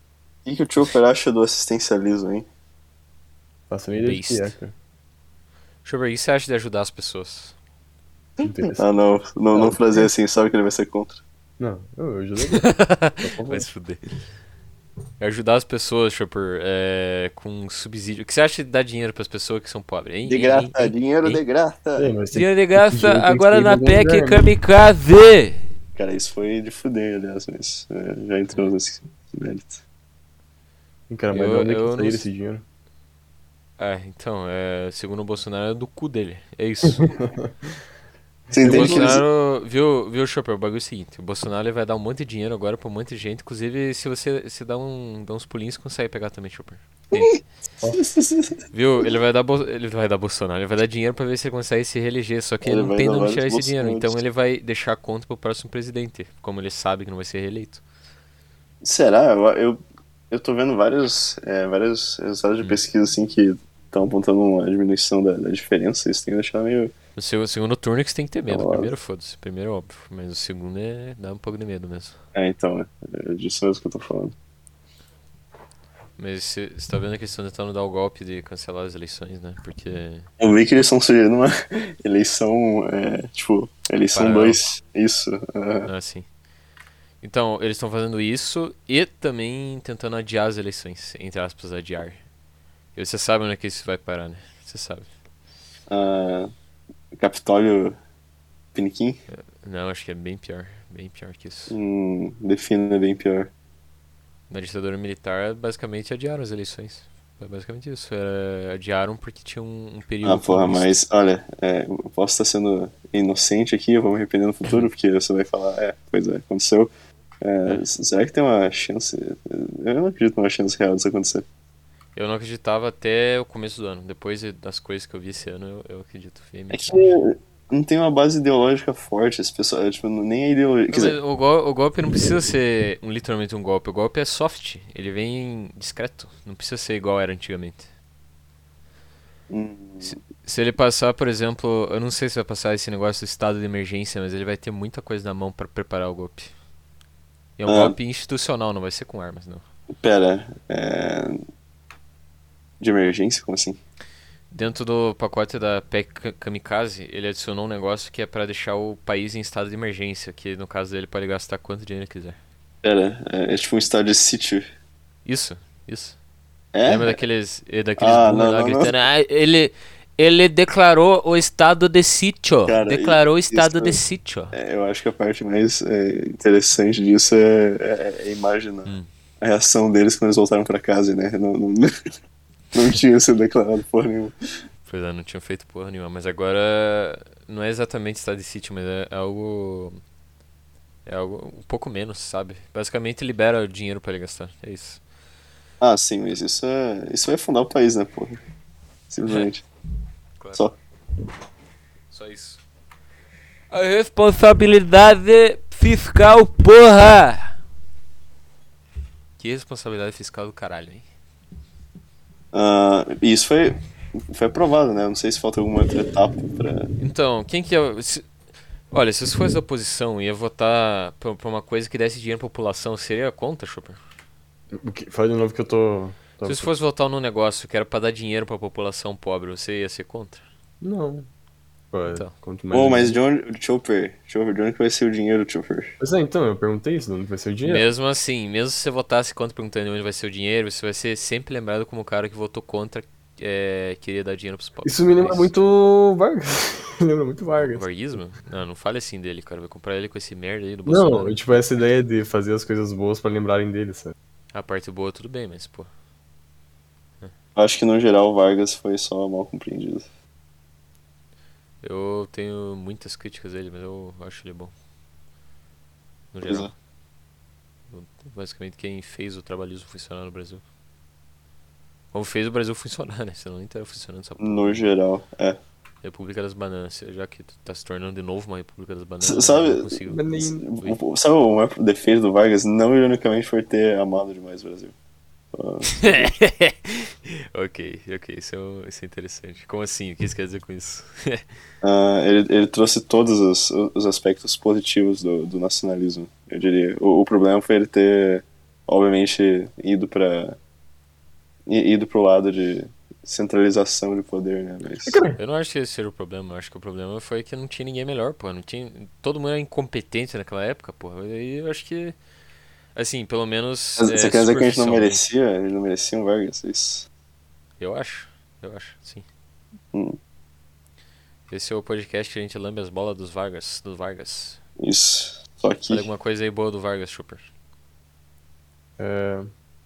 O que, que o Chopper acha do assistencialismo, hein?
Faço nem ideia que é, cara.
Schubert, o que você acha de ajudar as pessoas?
ah, não. Não, não fazer assim, sabe que ele vai ser contra.
Não, eu ajudei.
vai se fuder. Ajudar as pessoas, Chopper, é, com subsídio. O que você acha de dar dinheiro para as pessoas que são pobres, hein?
De graça, hein? dinheiro hein? de graça.
Sim, dinheiro de graça, agora na PEC Kamikaze!
É, Cara, isso foi de fuder, aliás, mas é, já entrou nesse mérito.
Cara, mas eu, onde é que saiu esse dinheiro?
É, então, é, segundo o Bolsonaro, é do cu dele. É isso.
Você
o Bolsonaro, eles... viu, viu, Chopper, o bagulho é o seguinte, o Bolsonaro ele vai dar um monte de dinheiro agora pra um monte de gente, inclusive se você se dá, um, dá uns pulinhos, você consegue pegar também, Chopper. viu, ele vai, dar ele vai dar Bolsonaro, ele vai dar dinheiro pra ver se ele consegue se reeleger, só que ele, ele não tem de onde tirar esse dinheiro, então ele vai deixar a conta pro próximo presidente, como ele sabe que não vai ser reeleito.
Será? Eu, eu tô vendo vários, é, vários resultados de pesquisa assim que estão apontando uma diminuição da, da, diferença, isso tem deixado meio
O seu, o segundo turno é que você tem que ter medo. O primeiro, foda-se. Primeiro, óbvio. Mas o segundo é. dá um pouco de medo mesmo.
É, então, é disso mesmo que eu tô falando.
Mas você tá vendo a questão de tentando dar o golpe de cancelar as eleições, né? Porque.
Eu vi que eles estão sugerindo uma eleição. É, tipo, eleição 2. Isso. é,
Ah, sim. Então, eles estão fazendo isso e também tentando adiar as eleições, entre aspas, adiar. E você sabe onde é que isso vai parar, né? Você sabe.
Ah, Capitólio Piniquim?
Não, acho que é bem pior. Bem pior que isso.
Hum, defina bem pior
na ditadura militar, basicamente adiaram as eleições. Foi basicamente isso. Era, adiaram porque tinha um, um período.
Ah, porra, mas olha, é, eu posso estar sendo inocente aqui, eu vou me arrepender no futuro, porque você vai falar, é, pois é, aconteceu. É, é. Será que tem uma chance? Eu não acredito numa chance real disso acontecer.
Eu não acreditava até o começo do ano. Depois das coisas que eu vi esse ano, eu, eu acredito.
É que não tem uma base ideológica forte, esse pessoal, tipo, nem a ideologia. Não,
dizer... o, gol, o, golpe não precisa ser um, literalmente um golpe, o golpe é soft, ele vem discreto, não precisa ser igual era antigamente. Hum. Se, se, ele passar, por exemplo, eu não sei se vai passar esse negócio do estado de emergência, mas ele vai ter muita coisa na mão para preparar o golpe. E é um ah. golpe institucional, não vai ser com armas, não.
Pera, é... de emergência? Como assim?
Dentro do pacote da PEC Kamikaze, ele adicionou um negócio que é para deixar o país em estado de emergência, que no caso dele pode gastar quanto dinheiro quiser.
Era, é, é, tipo um estado de sítio.
Isso, isso. É? Lembra daqueles, daqueles ah, não, lá não, gritando, não. Ah, ele, ele declarou o estado de sítio. Cara, é declarou o estado isso, de sítio.
É, eu acho que a parte mais é, interessante disso é, imaginar hum. a reação deles quando eles voltaram para casa, né? Não tinha sido declarado porra nenhuma.
Pois é, não tinha feito porra nenhuma. Mas agora não é exatamente estado de sítio, mas é algo. É algo um pouco menos, sabe? Basicamente libera o dinheiro para ele gastar. É isso.
Ah, sim, mas isso é. Isso vai fundar o país, né, porra? Simplesmente. claro. Só.
Só isso. A responsabilidade fiscal, porra! Que responsabilidade fiscal do caralho, hein?
Uh, e isso foi, foi aprovado, né? Não sei se falta alguma outra etapa pra...
Então, quem que é... Se, olha, se as coisas da oposição ia votar pra, pra, uma coisa que desse dinheiro pra população, seria contra, Chopper?
Fala de novo que eu tô...
tô...
Tá.
Se você fosse votar num negócio que era pra dar dinheiro pra população pobre, você ia ser contra?
Não. é,
Ué, então. mais...
um.
Oh, mas John Chopper, Chopper, de onde vai ser o dinheiro, Chopper?
Pois é, então, eu perguntei isso, de onde vai ser o dinheiro.
Mesmo assim, mesmo se você votasse contra perguntando de onde vai ser o dinheiro, você vai ser sempre lembrado como o cara que votou contra é, queria dar dinheiro pros pobres.
Isso me lembra muito Vargas. me lembra muito Vargas.
Vargismo? Não, não fale assim dele, cara. Vai comprar ele com esse merda aí do
Bolsonaro. Não, tipo, essa ideia de fazer as coisas boas pra lembrarem dele, sabe?
A parte boa tudo bem, mas, pô.
Acho que no geral Vargas foi só mal compreendido.
Eu tenho muitas críticas dele, mas eu acho ele bom. No geral. É. Basicamente quem fez o trabalhismo funcionar no Brasil. Ou fez o Brasil funcionar, né? Senão nem estaria funcionando essa
No geral, é.
República das Bananas, já que tá se tornando de novo uma República das Bananas. S
sabe, consigo... sabe o maior defeito do Vargas? Não ironicamente foi ter amado demais o Brasil. Ah,
ok, ok, isso é, isso é, interessante. Como assim? O que isso quer dizer com isso?
uh, ele, ele, trouxe todos os, os aspectos positivos do, do, nacionalismo, eu diria. O, o, problema foi ele ter, obviamente, ido para ido pro lado de centralização de poder, né? Mas...
Eu não acho que esse seja o problema. Eu acho que o problema foi que não tinha ninguém melhor, pô. Não tinha, todo mundo era incompetente naquela época, pô. E eu acho que Assim, pelo menos.
Mas, você é, quer dizer que a gente não merecia? Né? Eles não mereciam um Vargas, isso?
Eu acho, eu acho, sim. Hum. Esse é o podcast que a gente lambe as bolas dos Vargas. Dos Vargas.
Isso. Só que.
Fala alguma coisa aí boa do Vargas, Chopper.
É.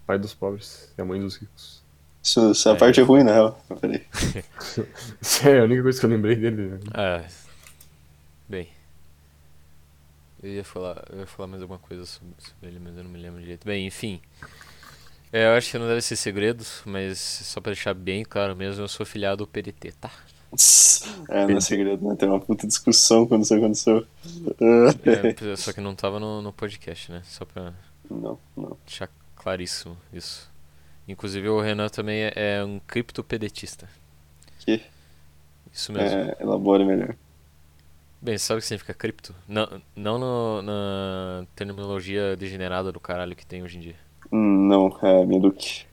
Pai dos pobres e a mãe dos ricos.
Isso, isso é a parte é. ruim, na real. Peraí.
isso é a única coisa que eu lembrei dele.
Ah. Bem. Eu ia falar, eu ia falar mais alguma coisa sobre, sobre ele, mas eu não me lembro direito. Bem, enfim. É, eu acho que não deve ser segredo, mas só pra deixar bem claro mesmo, eu sou filiado ao PDT, tá?
É, não é segredo, né? Tem uma puta discussão quando isso aconteceu.
É, só que não tava no, no, podcast, né? Só pra
não, não.
deixar claríssimo isso. Inclusive o Renan também é, é um cripto-pedetista.
Que?
Isso mesmo.
É, elabore melhor.
Bem, sabe o que significa cripto? Não, não no- na terminologia degenerada do caralho que tem hoje em dia.
Hum, Não, é Minduke.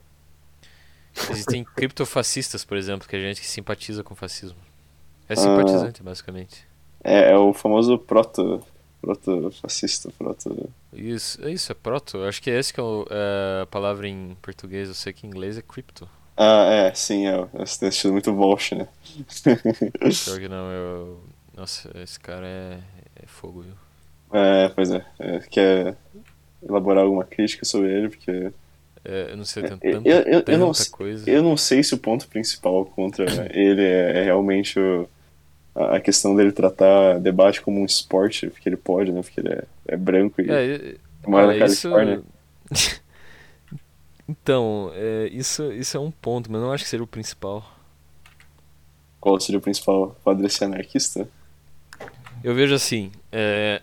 Existem criptofascistas, por exemplo, que é gente que simpatiza com o fascismo. É simpatizante, basicamente.
É, é o famoso proto. Proto-fascista, proto.
Isso, é isso, é proto. Eu Acho que é esse que é o- é a palavra em português. Eu sei que em inglês é cripto.
Ah, é, sim, é. Você tem assistido muito Walsh, né?
Pior que não, eu... Nossa, esse cara é, é fogo, viu?
é, pois é. é. Quer elaborar alguma crítica sobre ele, porque
É, eu não sei, tem
Eu-
tanta,
eu- eu não
tanta
sei-
coisa.
Eu não sei se o ponto principal contra ele é, é realmente o- a a questão dele tratar debate como um esporte, porque ele pode, né? Porque ele é, é branco e
É, e-
mora na
Olha, isso-
Califórnia.
então, é, isso, isso é um ponto, mas eu não acho que seja o principal.
Qual seria o principal? Padre ser anarquista?
Eu vejo assim, é,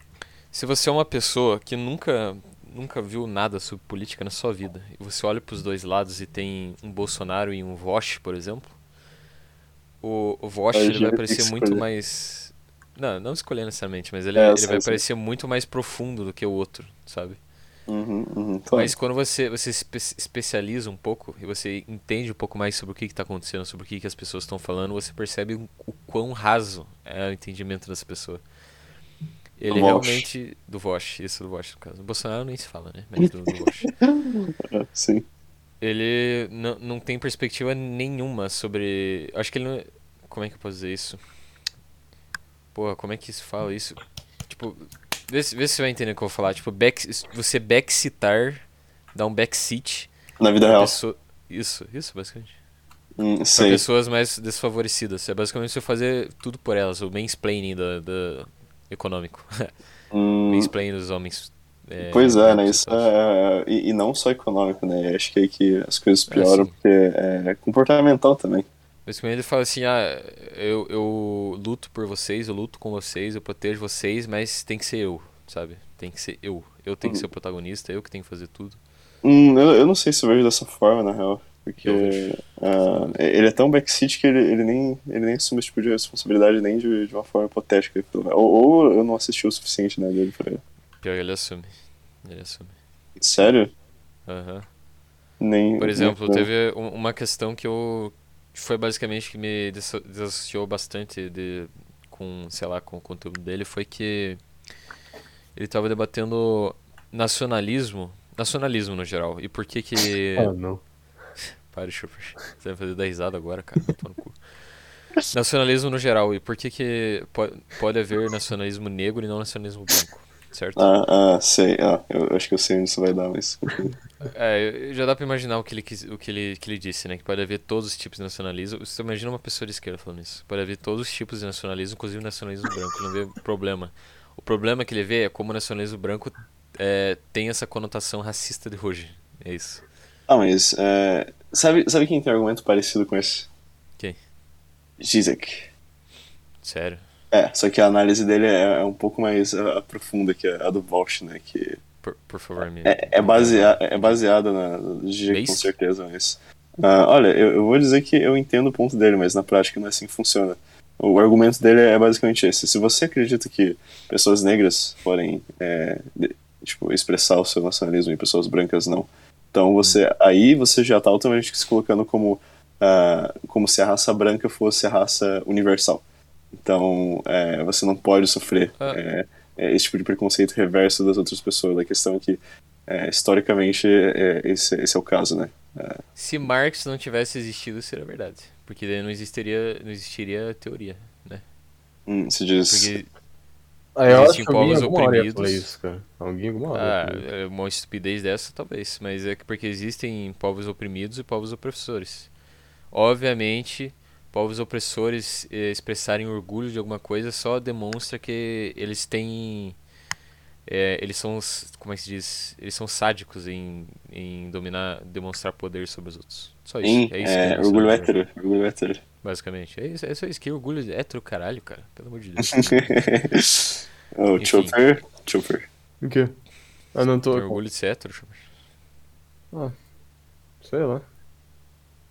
se você é uma pessoa que nunca nunca viu nada sobre política na sua vida, e você olha para os dois lados e tem um Bolsonaro e um Vosh, por exemplo, o, o Vosh
Aí
ele
já
vai
É, tem que
parecer muito
escolher.
mais não, não escolher necessariamente, mas ele,
É, eu
ele
sei,
vai
eu sei.
parecer muito mais profundo do que o outro, sabe?
Uhum, uhum, claro.
Mas quando você, você se espe- especializa um pouco e você entende um pouco mais sobre o que está acontecendo, sobre o que, que as pessoas estão falando, você percebe o o quão raso é o entendimento dessa pessoa. Ele
Do Vosh.
realmente. Do Vosh, isso do Vosh, no caso. Do Bolsonaro nem se fala, né? Mas do, do Vosh.
Ah, Sim.
Ele não, não tem perspectiva nenhuma sobre. Acho que ele não. Como é que eu posso dizer isso? Porra, como é que se fala isso? Tipo, vê se, vê se você vai entender o que eu vou falar. Tipo, back, você backseatar, dar um backseat
Na vida
pra
real.
pessoa- Isso, isso, basicamente.
Hum,
Pra
sei.
pessoas mais desfavorecidas. É basicamente você fazer tudo por elas, o mansplaining da, da... econômico.
Hum,
mansplaining dos homens. é,
pois é, né?
brancos e
Isso
tal.
é, é- e, e não só econômico, né? Acho que é aí que as coisas pioram,
sim.
porque é comportamental também.
Basicamente ele fala assim, ah, eu, eu luto por vocês, eu luto com vocês, eu protejo vocês, mas tem que ser eu, sabe? Tem que ser eu. Eu tenho que ser o protagonista, eu que tenho que fazer tudo.
Hum, eu, eu não sei se eu vejo dessa forma, na real. Porque
Eu vejo.
ah, ele é tão backseat que ele, ele, nem, ele nem assume esse tipo de responsabilidade nem de, de uma forma hipotética. pelo menos. Ou, ou eu não assisti o suficiente né, dele pra.
Pior que ele assume. Ele assume.
Sério?
Aham.
Nem.
Por exemplo,
nem-
teve um- uma questão que eu que foi basicamente que me desso- desassociou bastante de com, sei lá, com o conteúdo dele foi que ele estava debatendo nacionalismo, nacionalismo no geral. E por que que
Ah, não.
Pare, Chopper. Você vai fazer dar risada agora, cara. Vai tomar no cu. Nacionalismo no geral. E por que que po- pode haver nacionalismo negro e não nacionalismo branco? Certo?
Ah, ah, sei. Ah, eu acho que eu sei onde isso vai dar, mas. continua.
É, já dá pra imaginar o que ele, quis- o que ele, que ele disse, né? Que pode haver todos os tipos de nacionalismo. Você imagina uma pessoa de esquerda falando isso. Pode haver todos os tipos de nacionalismo, inclusive nacionalismo branco. Não vê problema. O problema que ele vê é como o nacionalismo branco é, tem essa conotação racista de hoje. É isso.
Ah, mas. é, sabe, sabe quem tem argumento parecido com esse?
Quem?
Zizek.
Sério.
É, só que a análise dele é, é um pouco mais ah, profunda que a, a do Walsh, né? Que
Por, por favor, me.
É, é, basea, é baseada na G, com
Base?
certeza, mas. Ah, olha, eu, eu vou dizer que eu entendo o ponto dele, mas na prática não é assim que funciona. O argumento dele é basicamente esse. Se você acredita que pessoas negras forem é, de- tipo, expressar o seu nacionalismo e pessoas brancas não, então você aí você já está automaticamente se colocando como, ah, como se a raça branca fosse a raça universal. Então é, você não pode sofrer
Ah.
é, é, esse tipo de preconceito reverso das outras pessoas. A questão é que é, historicamente é, esse, esse é o caso, né?
Se Marx não tivesse existido, seria verdade. Porque daí não existiria, não existiria teoria.
Hum, se diz.
Porque
Ah, eu acho
Existem
que alguém
povos
em alguma hora ia falar
oprimidos.
isso, cara. Alguém em alguma hora. ia
Ah,
falar isso.
é uma estupidez dessa, talvez, mas é que porque existem povos oprimidos e povos opressores. Obviamente, povos opressores eh, expressarem orgulho de alguma coisa só demonstra que eles têm. eh, eles são. s- Como é que se diz? Eles são sádicos em, em dominar, demonstrar poder sobre os outros. Só isso.
Sim,
é isso
é,
que eles
orgulho
são,
hétero. Orgulho hétero.
Basicamente. É, isso, é só isso. Que orgulho hétero, caralho, cara. Pelo amor de Deus.
oh,
Enfim.
Chopper. Chopper.
O quê? Ah, não tô.
Tem orgulho de ser hétero, chama.
Sei lá.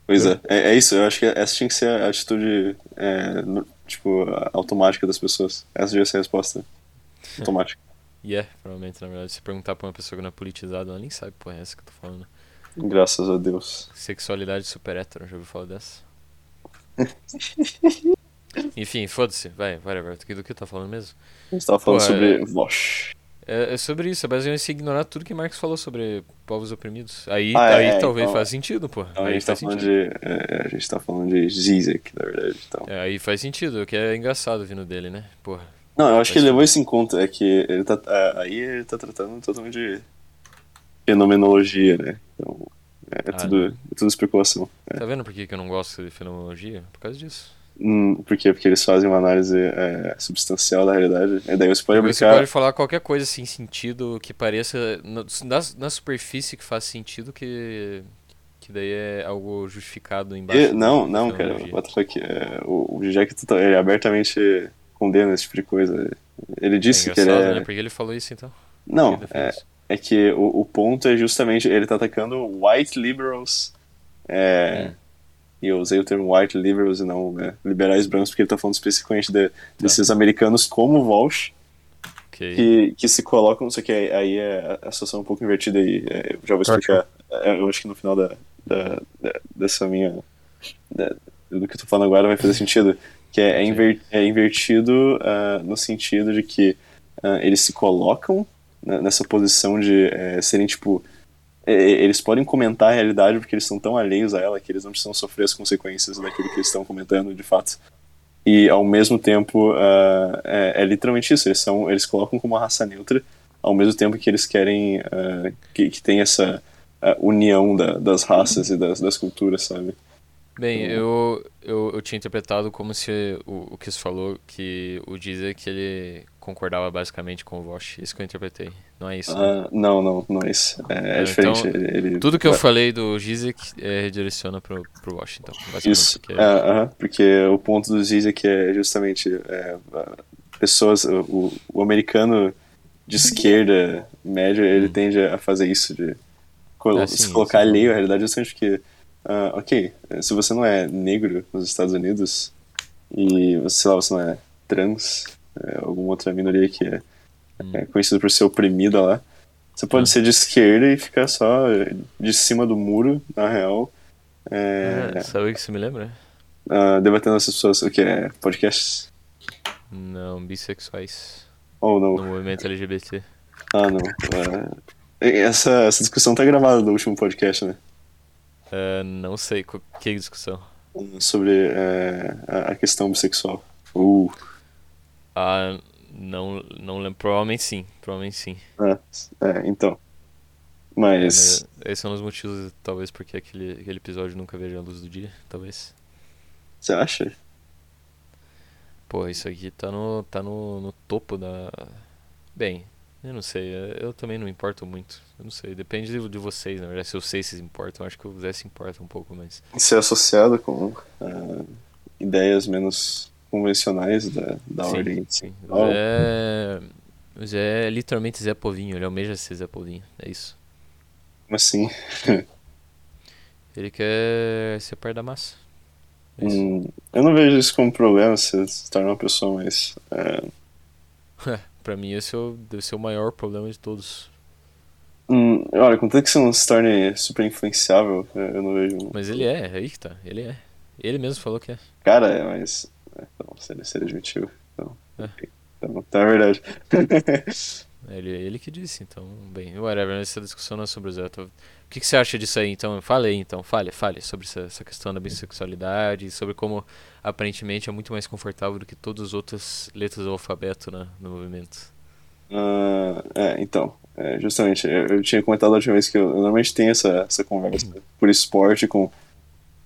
Pois é. é, é, isso. Eu acho que essa tinha que ser a atitude, é, no, tipo, automática das pessoas. Essa devia ser a resposta automática.
E yeah, é, provavelmente, na verdade, se perguntar pra uma pessoa que não é politizada, ela nem sabe, pô, é essa que eu tô falando.
Graças a Deus.
Sexualidade super hétero, já ouviu falar dessa? Enfim, foda-se, vai, whatever. Do que, do que eu tava falando mesmo?
Você tava falando pô, sobre Vosh.
É, é, sobre isso, é basicamente se ignorar tudo que Marx falou sobre povos oprimidos. Aí, ah, aí é, talvez então, faz sentido, pô.
Aí a, gente tá falando sentido. de, é, a gente tá falando de Zizek, na verdade. Então.
É, aí faz sentido, o que é engraçado vindo dele, né? Porra.
Não, eu acho que ele levou isso em conta, é que ele tá, aí ele tá tratando totalmente de fenomenologia, né? Então, é, ah, tudo,
né?
é tudo especulação.
Tá vendo por que eu não gosto de fenomenologia? Por causa disso.
Hum, Por quê? Porque eles fazem uma análise é, substancial da realidade. E daí você pode
Porque
aplicar...
Você pode falar qualquer coisa sem sentido que pareça. Na, na, superfície que faz sentido, que, que daí é algo justificado embaixo.
E, não, não, cara. Aqui, é, o, o Jack ele abertamente condena esse tipo de coisa. Ele disse é que ele é.
Né? Porque ele falou isso então.
Não, é, é que o, o, ponto é justamente. Ele tá atacando white liberals. É. Hum e eu usei o termo white liberals e não né, liberais brancos, porque ele está falando especificamente de, tá. desses americanos como Walsh, okay. que, que se colocam, só que aí, aí é a situação é um pouco invertida e é, eu já vou explicar, é, eu acho que no final da, da, da dessa minha, da, do que eu tô falando agora vai fazer sentido, que é, inver, é invertido uh, no sentido de que uh, eles se colocam na, nessa posição de uh, serem, tipo, eles podem comentar a realidade porque eles são tão alheios a ela que eles não precisam sofrer as consequências daquilo que eles estão comentando de fato. E ao mesmo tempo, uh, é, é, literalmente isso: eles, são, eles colocam como uma raça neutra, ao mesmo tempo que eles querem uh, que, que tem essa uh, união da, das raças e das, das culturas, sabe?
Bem, eu, eu, eu tinha interpretado como se o, o que você falou, que o Dizer que ele concordava basicamente com o Vosh. Isso que eu interpretei. Não é isso?
Né? Uh, não, não, não é isso. É, é, é diferente.
Então,
ele...
Tudo que eu falei do Zizek é, redireciona pro, pro Vosh, então.
Isso, porque... Uh, uh, porque o ponto do Zizek é justamente pessoas, o, o americano de esquerda média, ele hum. tende a fazer isso, de colo assim, se colocar isso. alheio à realidade, justamente porque, ah, ok, se você não é negro nos Estados Unidos, e, sei lá, você não é trans, é, alguma outra minoria que é, hum. é, conhecida por ser oprimida lá. Você pode ah. ser de esquerda e ficar só de cima do muro, na real. É,
ah, sabe o que você me lembra?
Uh, debatendo essas pessoas, o que é? Podcasts?
Não, bissexuais.
Ou oh, não.
No movimento LGBT.
Ah, não. Uh, essa, essa discussão tá gravada do último podcast, né?
Uh, não sei. Que é discussão?
Sobre é, a questão bissexual. Uh.
Ah, não, não lembro. Provavelmente sim. Provavelmente sim.
É, é então. Mas.
É, esses são os motivos, talvez, porque aquele, aquele episódio nunca veja a luz do dia, talvez.
Você acha?
Pô, isso aqui tá no, tá no, no topo da. Bem, eu não sei. Eu também não me importo muito. Eu não sei. Depende de, de vocês, na verdade. Se eu sei se vocês importam, eu acho que o Zé se importa um pouco, mas.
Ser é associado com uh, ideias menos convencionais da, da sim, ordem. Sim. É.
O Zé, o Zé é literalmente Zé Povinho, ele almeja ser Zé Povinho, é isso.
Como assim?
ele quer ser par da massa.
É hum, eu não vejo isso como problema se, se tornar uma pessoa mais. É...
pra mim, esse é o, deve ser o maior problema de todos.
Hum, olha, contanto que você não se torne super influenciável, eu não vejo. um-
Mas ele é, aí que tá, ele é. Ele mesmo falou que é.
Cara, mas então, se ele, se ele admitiu. Então, é. então tá verdade.
ele, ele que disse, então, bem, whatever, essa discussão não é sobre o Zé. Tô... O que, que, você acha disso aí, então? Fale aí, então, fale, fale sobre essa, essa, questão da bissexualidade, sobre como aparentemente é muito mais confortável do que todas as outras letras do alfabeto né, no movimento.
Uh, é, então, é, justamente, eu, eu, tinha comentado a última vez que eu, eu normalmente tenho essa, essa conversa
Uhum.
por esporte com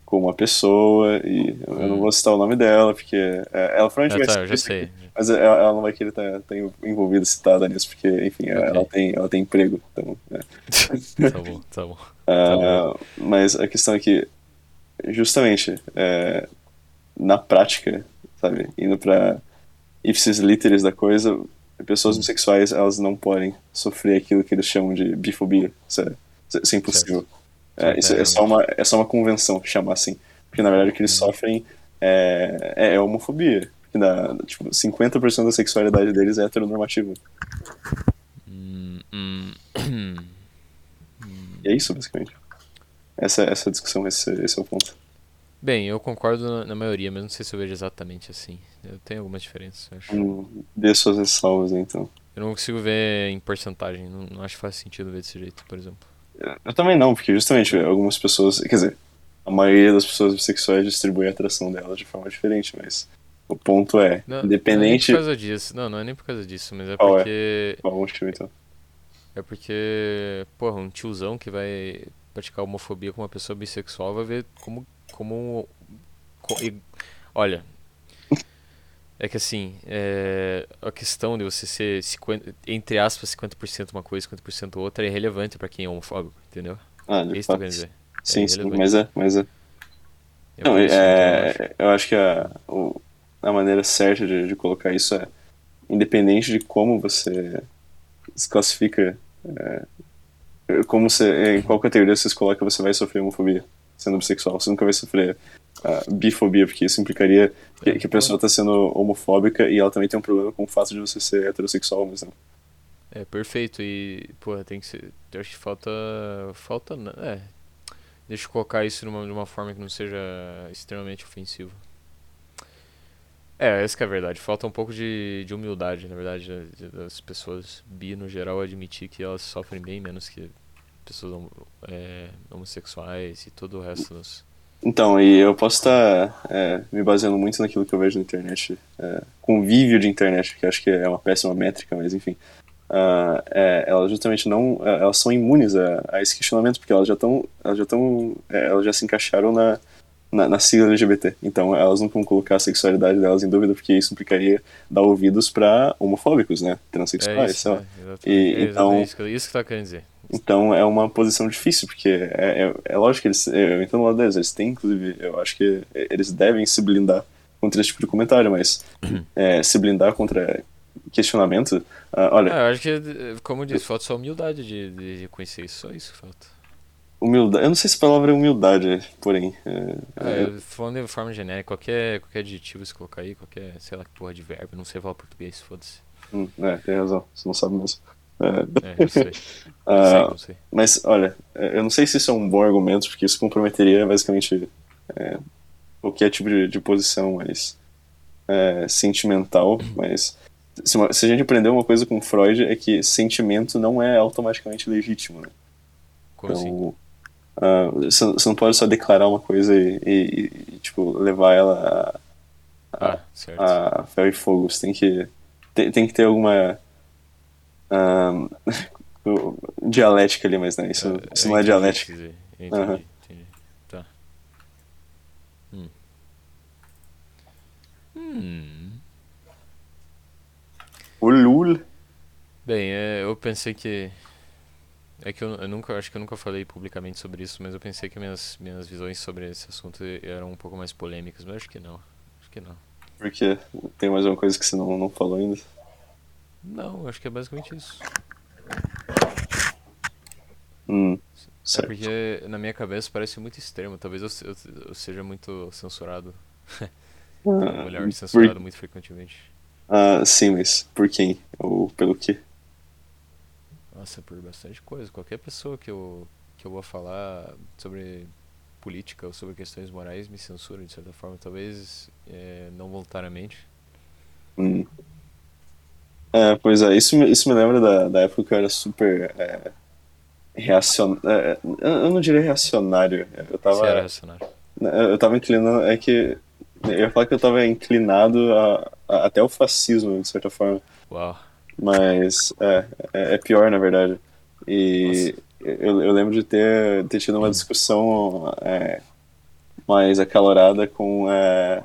com uma pessoa e eu hum. não vou citar o nome dela porque é, ela provavelmente
ah, Uhum. tá, vai ser,
mas ela, ela, não vai querer estar tá, tá envolvida citada nisso porque enfim okay. ela tem ela tem emprego então
é. tá bom tá bom, uh,
tá bom, mas a questão é que justamente é, na prática sabe indo para ipsis literis da coisa pessoas bissexuais elas não podem sofrer aquilo que eles chamam de bifobia isso é, isso é impossível certo. É, isso é, só uma, é só uma convenção chamar assim. Porque na verdade o que eles sofrem é, é, é homofobia. Porque na, tipo, 50% da sexualidade deles é heteronormativa.
Hum, hum, hum.
E é isso, basicamente. Essa, essa discussão, esse, esse é o ponto.
Bem, eu concordo na, na maioria, mas não sei se eu vejo exatamente assim. Eu tenho algumas diferenças, eu acho.
Hum, Dê suas ressalvas, né, então.
Eu não consigo ver em porcentagem, não, não acho que faz sentido ver desse jeito, por exemplo.
Eu também não, porque justamente algumas pessoas, quer dizer, a maioria das pessoas bissexuais distribui a atração delas de forma diferente, mas o ponto é,
Não, Não é nem
independente.
por causa disso, não, não é nem por causa disso, mas é
Qual é?
porque.
Qual o motivo, então?
É porque, porra, um tiozão que vai praticar homofobia com uma pessoa bissexual vai ver como. como um, co- e- olha. É que assim, é, a questão de você ser, 50, entre aspas, 50% uma coisa, 50% outra é irrelevante pra quem é homofóbico, entendeu?
Ah,
É
de
isso que eu
fato.
quero dizer.
Sim, sim,
irrelevante.
mas é, mas é.
É
Não,
por isso, então, eu acho.
é, eu acho que a, o- a maneira certa de, de colocar isso é independente de como você se classifica, é, como você, em qual categoria você se coloca, você vai sofrer homofobia sendo bissexual. Você nunca vai sofrer ah, bifobia, porque isso implicaria que, que a pessoa está sendo homofóbica e ela também tem um problema com o fato de você ser heterossexual, mas não.
É, perfeito. E, porra, tem que ser. Eu acho que falta. Falta. na- É. Deixa eu colocar isso numa- de uma forma que não seja extremamente ofensiva. É, essa que é a verdade. Falta um pouco de, de humildade, na verdade, da- de- das pessoas bi no geral admitir que elas sofrem bem menos que pessoas homo- é, homossexuais e todo o resto dos.
Então, e eu posso estar é, me baseando muito naquilo que eu vejo na internet, é, convívio de internet, que eu acho que é uma péssima métrica, mas enfim. Ah, é, elas justamente não, é, elas são imunes a, a esse questionamento, porque elas já estão, elas já estão, é, elas já se encaixaram na, na, na sigla LGBT. Então, elas não vão colocar a sexualidade delas em dúvida, porque isso implicaria dar ouvidos para homofóbicos, né?
É
Transexuais,
isso,
sei lá.
né? Exatamente.
E,
É exatamente
então-
isso que, isso que tá querendo dizer.
Então é uma posição difícil, porque é, é, é lógico que eles. Eu entendo o lado deles, eles têm, inclusive, eu acho que eles devem se blindar contra esse tipo de comentário, mas é, se blindar contra questionamento. ah, olha,
Ah, eu acho que, eh, como eu disse, falta só humildade de, de reconhecer isso. Só isso que falta.
humildade. Eu não sei se a palavra é humildade, porém. é, é,
É, falando de forma genérica, qualquer, qualquer adjetivo se colocar aí, qualquer, sei lá que porra de verbo, não sei falar português, foda-se.
hum, é, tem razão, você não sabe mesmo. É,
É, não sei. Não sei,
ah,
não sei.
Mas, olha, eh, eu não sei se isso é um bom argumento, porque isso comprometeria basicamente é, qualquer tipo de, de posição mais eh, sentimental, mas se, uma- se a gente aprender uma coisa com Freud é que sentimento não é automaticamente legítimo, né?
Como assim?
Então, ah, você você não pode só declarar uma coisa e, e- e, tipo, levar ela
Ah, certo.
a, a ferro e fogo, você tem que, tem, tem que ter alguma... ah, dialética ali, mas né, isso,
Eu-
isso
eu
não é
entendi o que
dialética.
quis dizer. Eu
Aham.
Entendi, entendi. Tá. Hum. Hum.
O Lula.
Bem, é, eu pensei que. É que eu, eu nunca, acho que eu nunca falei publicamente sobre isso, mas eu pensei que minhas, minhas visões sobre esse assunto eram um pouco mais polêmicas, mas acho que não. Acho que não.
Porque tem mais uma coisa que você não, não falou ainda.
Não, acho que é basicamente isso.
Hum,
É
certo.
porque na minha cabeça parece muito extremo. Talvez eu, se- eu se- eu seja muito censurado. Tenho um
Ah,
olhar
por-
censurado muito frequentemente.
Ah, sim, mas por quem? Ou pelo quê?
Nossa, por bastante coisa. Qualquer pessoa que eu, que eu vou falar sobre política ou sobre questões morais me censura de certa forma. Talvez eh, não voluntariamente.
Hum. É, pois é, isso, me- isso me lembra da, da época que eu era super é, reacionário. eu não diria reacionário. né? Eu
Se era
tava,
racionário.
eu tava inclinando. É que. Eu ia falar que eu tava inclinado a, a- até o fascismo, de certa forma.
Uau.
Mas é, é, é pior, na verdade. E eu, eu lembro de ter, ter tido uma discussão é, mais acalorada com, é,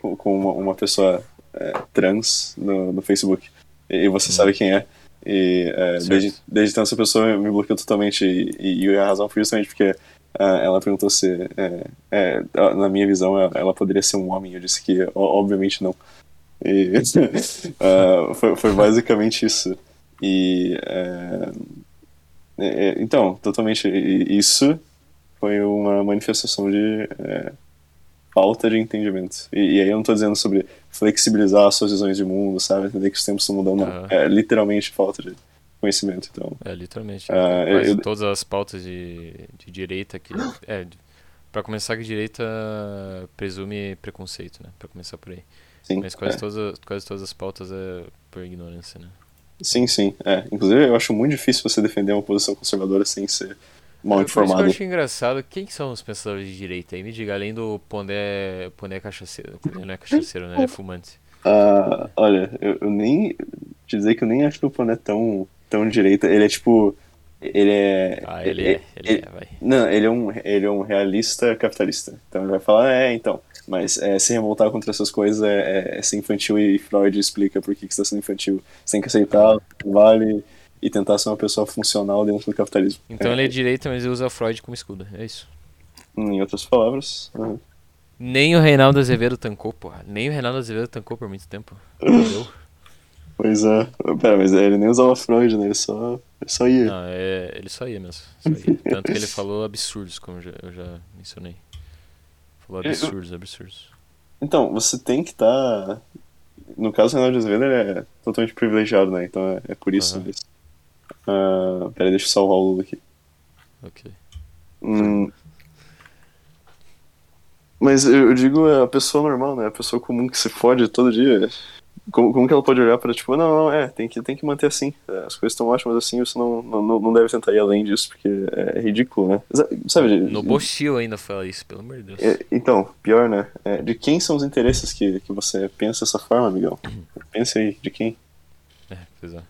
com, com uma, uma pessoa é, trans no, no Facebook. E, e você sabe quem é. E é,
Certo.
desde, desde então essa pessoa me bloqueou totalmente. E, e, e a razão foi justamente porque ah, ela perguntou se, é, é, na minha visão, ela, ela poderia ser um homem. Eu disse que, o- obviamente, não. E, ah, foi, foi basicamente isso. é, E. é, é, então, totalmente i- isso. foi uma manifestação de é, falta de entendimento. E, e, aí eu não tô dizendo sobre flexibilizar as suas visões de mundo, sabe? Entender que os tempos estão mudando. Uhum. É literalmente falta de conhecimento, então.
É, literalmente.
Ah,
Uh, eu, todas as pautas de, de direita que... É, para começar que direita presume preconceito, né? Para começar por aí.
Sim,
Mas quase, é. todas, quase todas as pautas é por ignorância, né?
Sim, sim. É. Inclusive, eu acho muito difícil você defender uma posição conservadora sem ser
É,
mal informado.
Eu acho engraçado. Quem são os pensadores de direita aí? Me diga, além do Pondé, Pondé Cachaceiro. Pondé não é cachaceiro, né? Ele é fumante.
Ah, olha, eu, eu nem... Te dizer que eu nem acho que o Pondé é tão, tão direita. Ele é tipo... Ele é.
Ah, ele, ele é. Ele, ele, é, vai.
Não, ele é, um, ele é um realista capitalista. Então ele vai falar, é, então. Mas é, se revoltar contra essas coisas é, é, ser infantil e Freud explica por que, que você está sendo infantil. Você tem que aceitar, vale e tentar ser uma pessoa funcional dentro do capitalismo.
Então ele é direita, mas ele usa Freud como escudo, é isso.
Em outras palavras. Uhum.
Nem o Reinaldo Azevedo tancou, porra. Nem o Reinaldo Azevedo tancou por muito tempo. Entendeu?
Pois é. Pera, mas ele nem usava Freud, né? Ele só, ele só ia.
Não, é, ele só ia mesmo. Só ia. Tanto que ele falou absurdos, como já, eu já mencionei.
É,
Falou absurdos, absurdos.
Então, você tem que estar. Tá... No caso do Renato Azevedo, ele é totalmente privilegiado, né? Então é, é por isso. Uhum. Mas... Uh, pera, deixa eu salvar o Lula aqui.
Ok.
Hum... Mas eu digo a pessoa normal, né? A pessoa comum que se fode todo dia como, como que ela pode olhar para tipo, não, não, é, tem que, tem que manter assim, as coisas estão ótimas assim, você não, não, não deve tentar ir além disso, porque é ridículo, né? Sabe,
no Bochil ainda fala isso, pelo amor de Deus.
É, então, pior, né? É, de quem são os interesses que, que você pensa dessa forma, amigão?
Uhum.
Pensa aí, de quem?
É, pois é.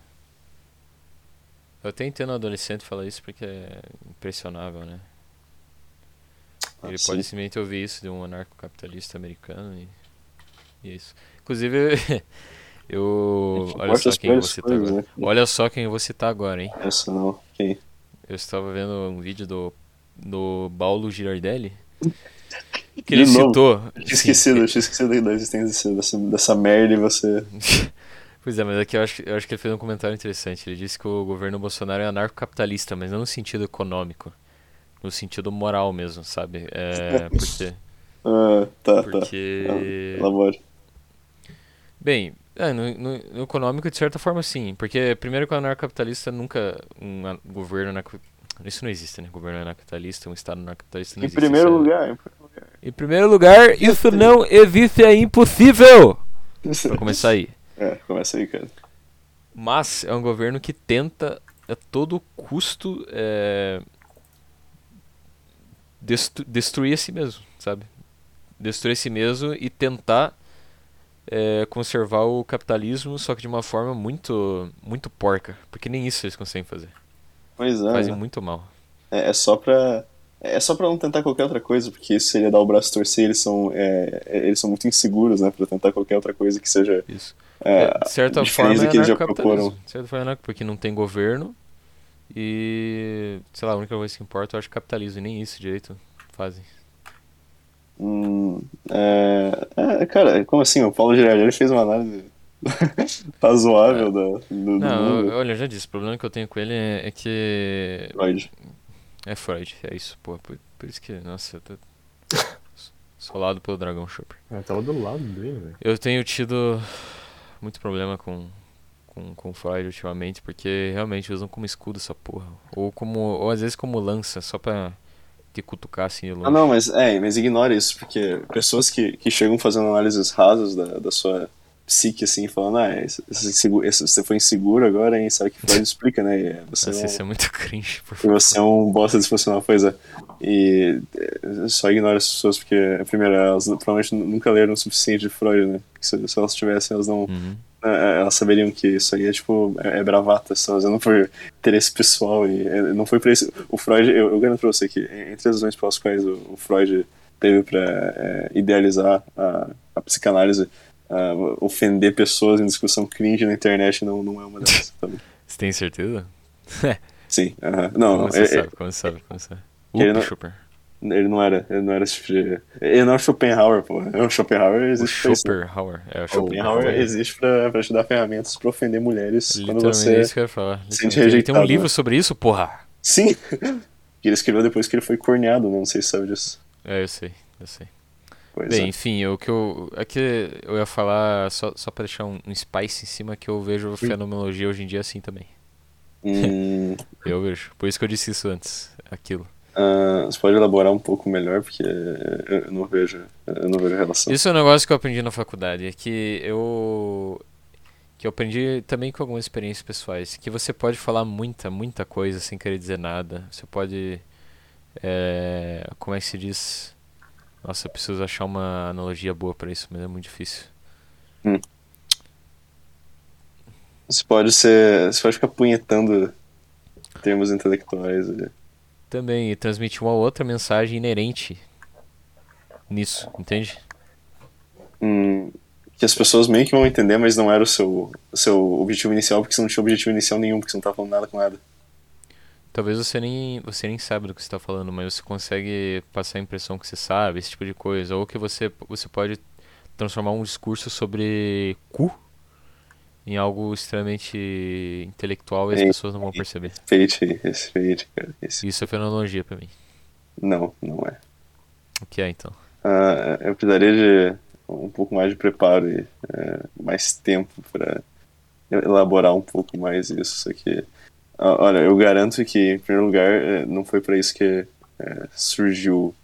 Eu até entendo um adolescente falar isso porque é impressionável, né? Ele ah, pode simplesmente ouvir isso de um anarcocapitalista americano e, e é isso. Inclusive, eu. Olha só quem eu vou citar agora. Olha só quem eu vou citar agora, hein?
Essa não, quem?
Eu estava vendo um vídeo do, do Paulo Girardelli. Que ele citou.
Eu tinha esquecido, eu tinha esquecido da existência dessa, dessa merda e você.
Pois é, mas aqui eu acho, eu acho que ele fez um comentário interessante. Ele disse que o governo Bolsonaro é anarcocapitalista, mas não no sentido econômico. No sentido moral mesmo, sabe? É, porque.
ah, tá,
porque...
tá. Ah, elabore.
Bem, é, no, no, no, econômico, de certa forma, sim. Porque, primeiro, que o anarcapitalista nunca. Um a, governo anarcapitalista. Isso não existe, né? Governo anarcapitalista, um Estado anarcapitalista
em
não existe.
Primeiro é... lugar, em primeiro lugar.
Em primeiro lugar, isso não existe, é impossível! pra começar aí.
É, começa aí, cara.
Mas é um governo que tenta, a todo custo, é... Destru destruir a si mesmo, sabe? Destruir a si mesmo e tentar é, conservar o capitalismo, só que de uma forma muito, muito porca, porque nem isso eles conseguem fazer.
Pois é.
Fazem né? muito mal.
É, é, só pra. É só pra não tentar qualquer outra coisa, porque isso seria dar o braço a torcer, eles são, é, eles são muito inseguros, né, pra tentar qualquer outra coisa que seja.
Isso. É, de certa forma,
que eles já proporam.
De certa forma, é porque não tem governo e. sei lá, a única coisa que importa eu acho capitalismo, e nem isso direito fazem.
Hum, é, é, cara, como assim? O Paulo Girardelli fez uma análise razoável é. do, do,
Não, do olha, eu já disse, o problema que eu tenho com ele é, é que.
Freud.
É Freud, é isso, pô. Por, por, isso que, nossa, eu tô. Solado pelo Dragon Shopper.
Eu É, tava do lado dele, velho.
Eu tenho tido muito problema com, com, com Freud ultimamente, porque realmente usam como escudo essa porra. Ou como. Ou às vezes como lança, só pra te cutucar assim
Ah, não, mas, é, mas ignora isso, porque pessoas que, que chegam fazendo análises rasas da, da sua psique, assim, falando, ah, esse, esse, esse, você foi inseguro agora, hein, sabe que Freud explica, né?
Você Nossa,
não,
isso é muito cringe, por
favor. Você é um bosta disfuncional, pois é. E eh, só ignora essas pessoas, porque, primeiro, elas provavelmente nunca leram o suficiente de Freud, né? Se, se elas tivessem, elas não... Uhum. Elas saberiam que isso aí é tipo, é, é bravata, só fazendo por interesse pessoal e eh, não foi pra isso. O Freud, eu, eu garanto pra você que entre as razões pelas quais o, o Freud teve pra é, idealizar a, a psicanálise, Uh, ofender pessoas em discussão cringe na internet não, não é uma delas. Sabe?
Você tem certeza?
Sim, uh -huh. não,
como
não.
Você ele, sabe, como você ele, sabe, como você sabe. Upa,
ele, não,
Chopper.
ele não era, ele não era esse tipo de... Ele não é Schopenhauer, pô. O Schopenhauer existe
o Schopenhauer. É, o
Schopenhauer é. existe pra, pra te dar ferramentas pra ofender mulheres quando você
é isso que eu ia falar.
sente rejeitado.
Tem um livro sobre isso, porra.
Sim, que ele escreveu depois que ele foi corneado, né? Não sei se sabe disso.
É, eu sei, eu sei.
Pois
Bem,
é.
enfim, o que eu. É que eu ia falar, só, só pra deixar um, um spice em cima, que eu vejo fenomenologia hoje em dia assim também.
Hum,
Eu vejo. Por isso que eu disse isso antes, aquilo.
ah, você pode elaborar um pouco melhor, porque eu eu não vejo, eu não vejo relação.
Isso é um negócio que eu aprendi na faculdade, é que eu. Que eu aprendi também com algumas experiências pessoais, que você pode falar muita, muita coisa sem querer dizer nada. Você pode. é, como é que se diz? Nossa, eu preciso achar uma analogia boa pra isso, mas é muito difícil.
Você pode ser. Você pode ficar punhetando termos intelectuais. ali.
Também, e transmitir uma outra mensagem inerente nisso, entende?
Hum, que as pessoas meio que vão entender, mas não era o seu, o seu objetivo inicial, porque você não tinha objetivo inicial nenhum, porque você não tava falando nada com nada.
Talvez você nem, você nem saiba do que você está falando, mas você consegue passar a impressão que você sabe, esse tipo de coisa. Ou que você, você pode transformar um discurso sobre cu em algo extremamente intelectual e as
É,
pessoas não vão perceber.
Respeite aí, respeite, cara. Esse...
Isso é fenomenologia pra mim.
Não, não é.
O que é então?
Ah, eu precisaria de um pouco mais de preparo e eh, mais tempo para elaborar um pouco mais isso. Só que, ah, olha, eu garanto que, em primeiro lugar, eh, não foi para isso que eh, surgiu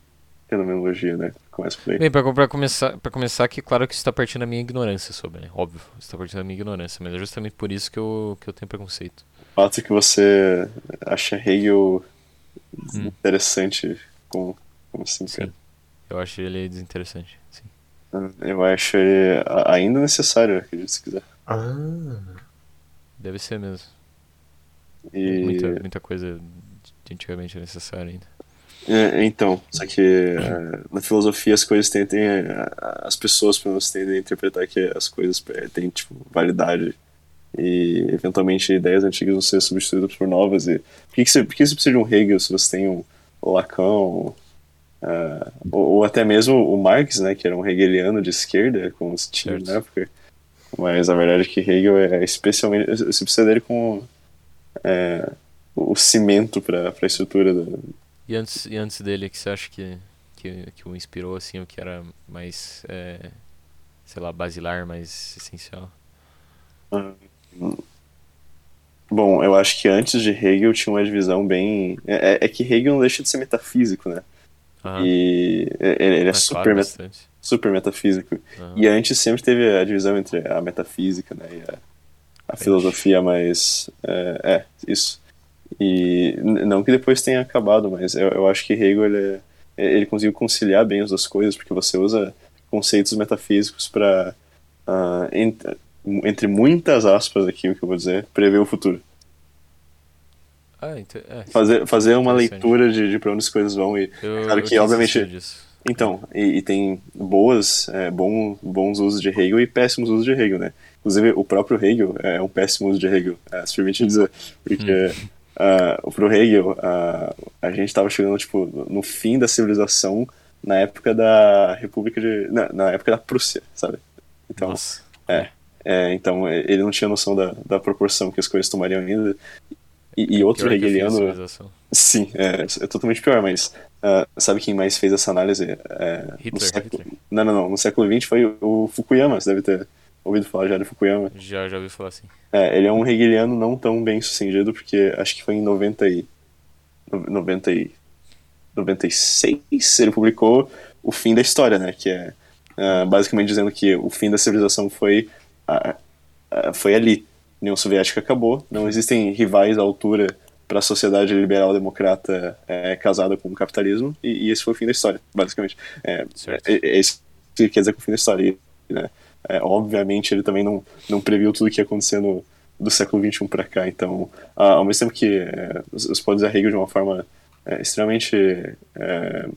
fenomenologia, né? Começa por aí.
Bem, pra, pra começar, pra começar que claro que isso tá partindo da minha ignorância sobre, né? Óbvio, isso tá partindo da minha ignorância, mas é justamente por isso que eu, que eu tenho preconceito.
O fato é que você acha Hegel
Hum.
interessante, como, como assim,
Sim.
cara?
Eu acho ele desinteressante, sim.
Eu acho ele a- ainda necessário, eu acredito, se quiser.
Ah.
Deve ser mesmo.
E...
Muita, muita coisa de antigamente é necessária ainda.
É, então, só que eh, na filosofia as coisas tendem, a- a- as pessoas pelo menos tendem a interpretar que as coisas eh, têm tipo, validade e eventualmente ideias antigas vão ser substituídas por novas e por que, que, você, por que você precisa de um Hegel se você tem um Lacan ou, ah, ou, ou até mesmo o Marx, né, que era um hegeliano de esquerda, como se tinha
Certo.
na época mas a verdade é que Hegel é especialmente, você precisa dele como eh, o cimento para a estrutura da,
E antes, e antes dele, o que você acha que, que, que o inspirou, assim, o que era mais, é, sei lá, basilar, mais essencial?
Bom, eu acho que antes de Hegel tinha uma divisão bem. É, é- é que Hegel não deixa de ser metafísico, né?
Aham.
E é- ele, ele é
Ah,
super,
claro,
met-
bastante.
super metafísico.
Aham.
E antes sempre teve a divisão entre a metafísica né, e a, a filosofia mais. É, é, isso. E n- não que depois tenha acabado, mas eu, eu acho que Hegel ele, é- ele conseguiu conciliar bem as duas coisas, porque você usa conceitos metafísicos para, entre muitas aspas aqui, o que eu vou dizer, prever o futuro
Ah, então, é,
fazer, fazer uma
Interessante.
leitura de, de para onde as coisas vão e
eu,
claro
eu
que,
tinha
obviamente-
esquecido disso.
então e, e tem boas é, bom, bons usos de Hegel e péssimos usos de Hegel né inclusive o próprio Hegel é um péssimo uso de Hegel é, se permite dizer porque
Hum.
ah, pro Hegel ah, a gente estava chegando tipo no fim da civilização na época da República de na, na época da Prússia sabe então
Nossa.
é, então é, ele não tinha noção da, da proporção que as coisas tomariam ainda e, e outro
É, pior que eu fiz a
hegeliano né?
civilização.
Sim, é, é totalmente pior, mas ah, sabe quem mais fez essa análise? É, no
Hitler,
século...
Hitler.
Não, não, não. No século XX foi o Fukuyama, você deve ter ouvido falar já do Fukuyama.
Já, já ouvi falar assim.
É, ele é um hegeliano não tão bem sucedido, porque acho que foi em 90 e... no- 90 e... 96 ele publicou O Fim da História, né? Que é ah, basicamente dizendo que o fim da civilização foi, ah, ah, foi ali. A União Soviética acabou, não existem rivais à altura para a sociedade liberal democrata eh, casada com o capitalismo, e, e esse foi o fim da história, basicamente. É,
Certo.
é, é isso que ele quer dizer com o fim da história. e, Né? É, obviamente, ele também não, não previu tudo o que ia acontecer no, do século XXI para cá, então, ah, ao mesmo tempo que eh, você você pode usar Hegel de uma forma eh, extremamente eh,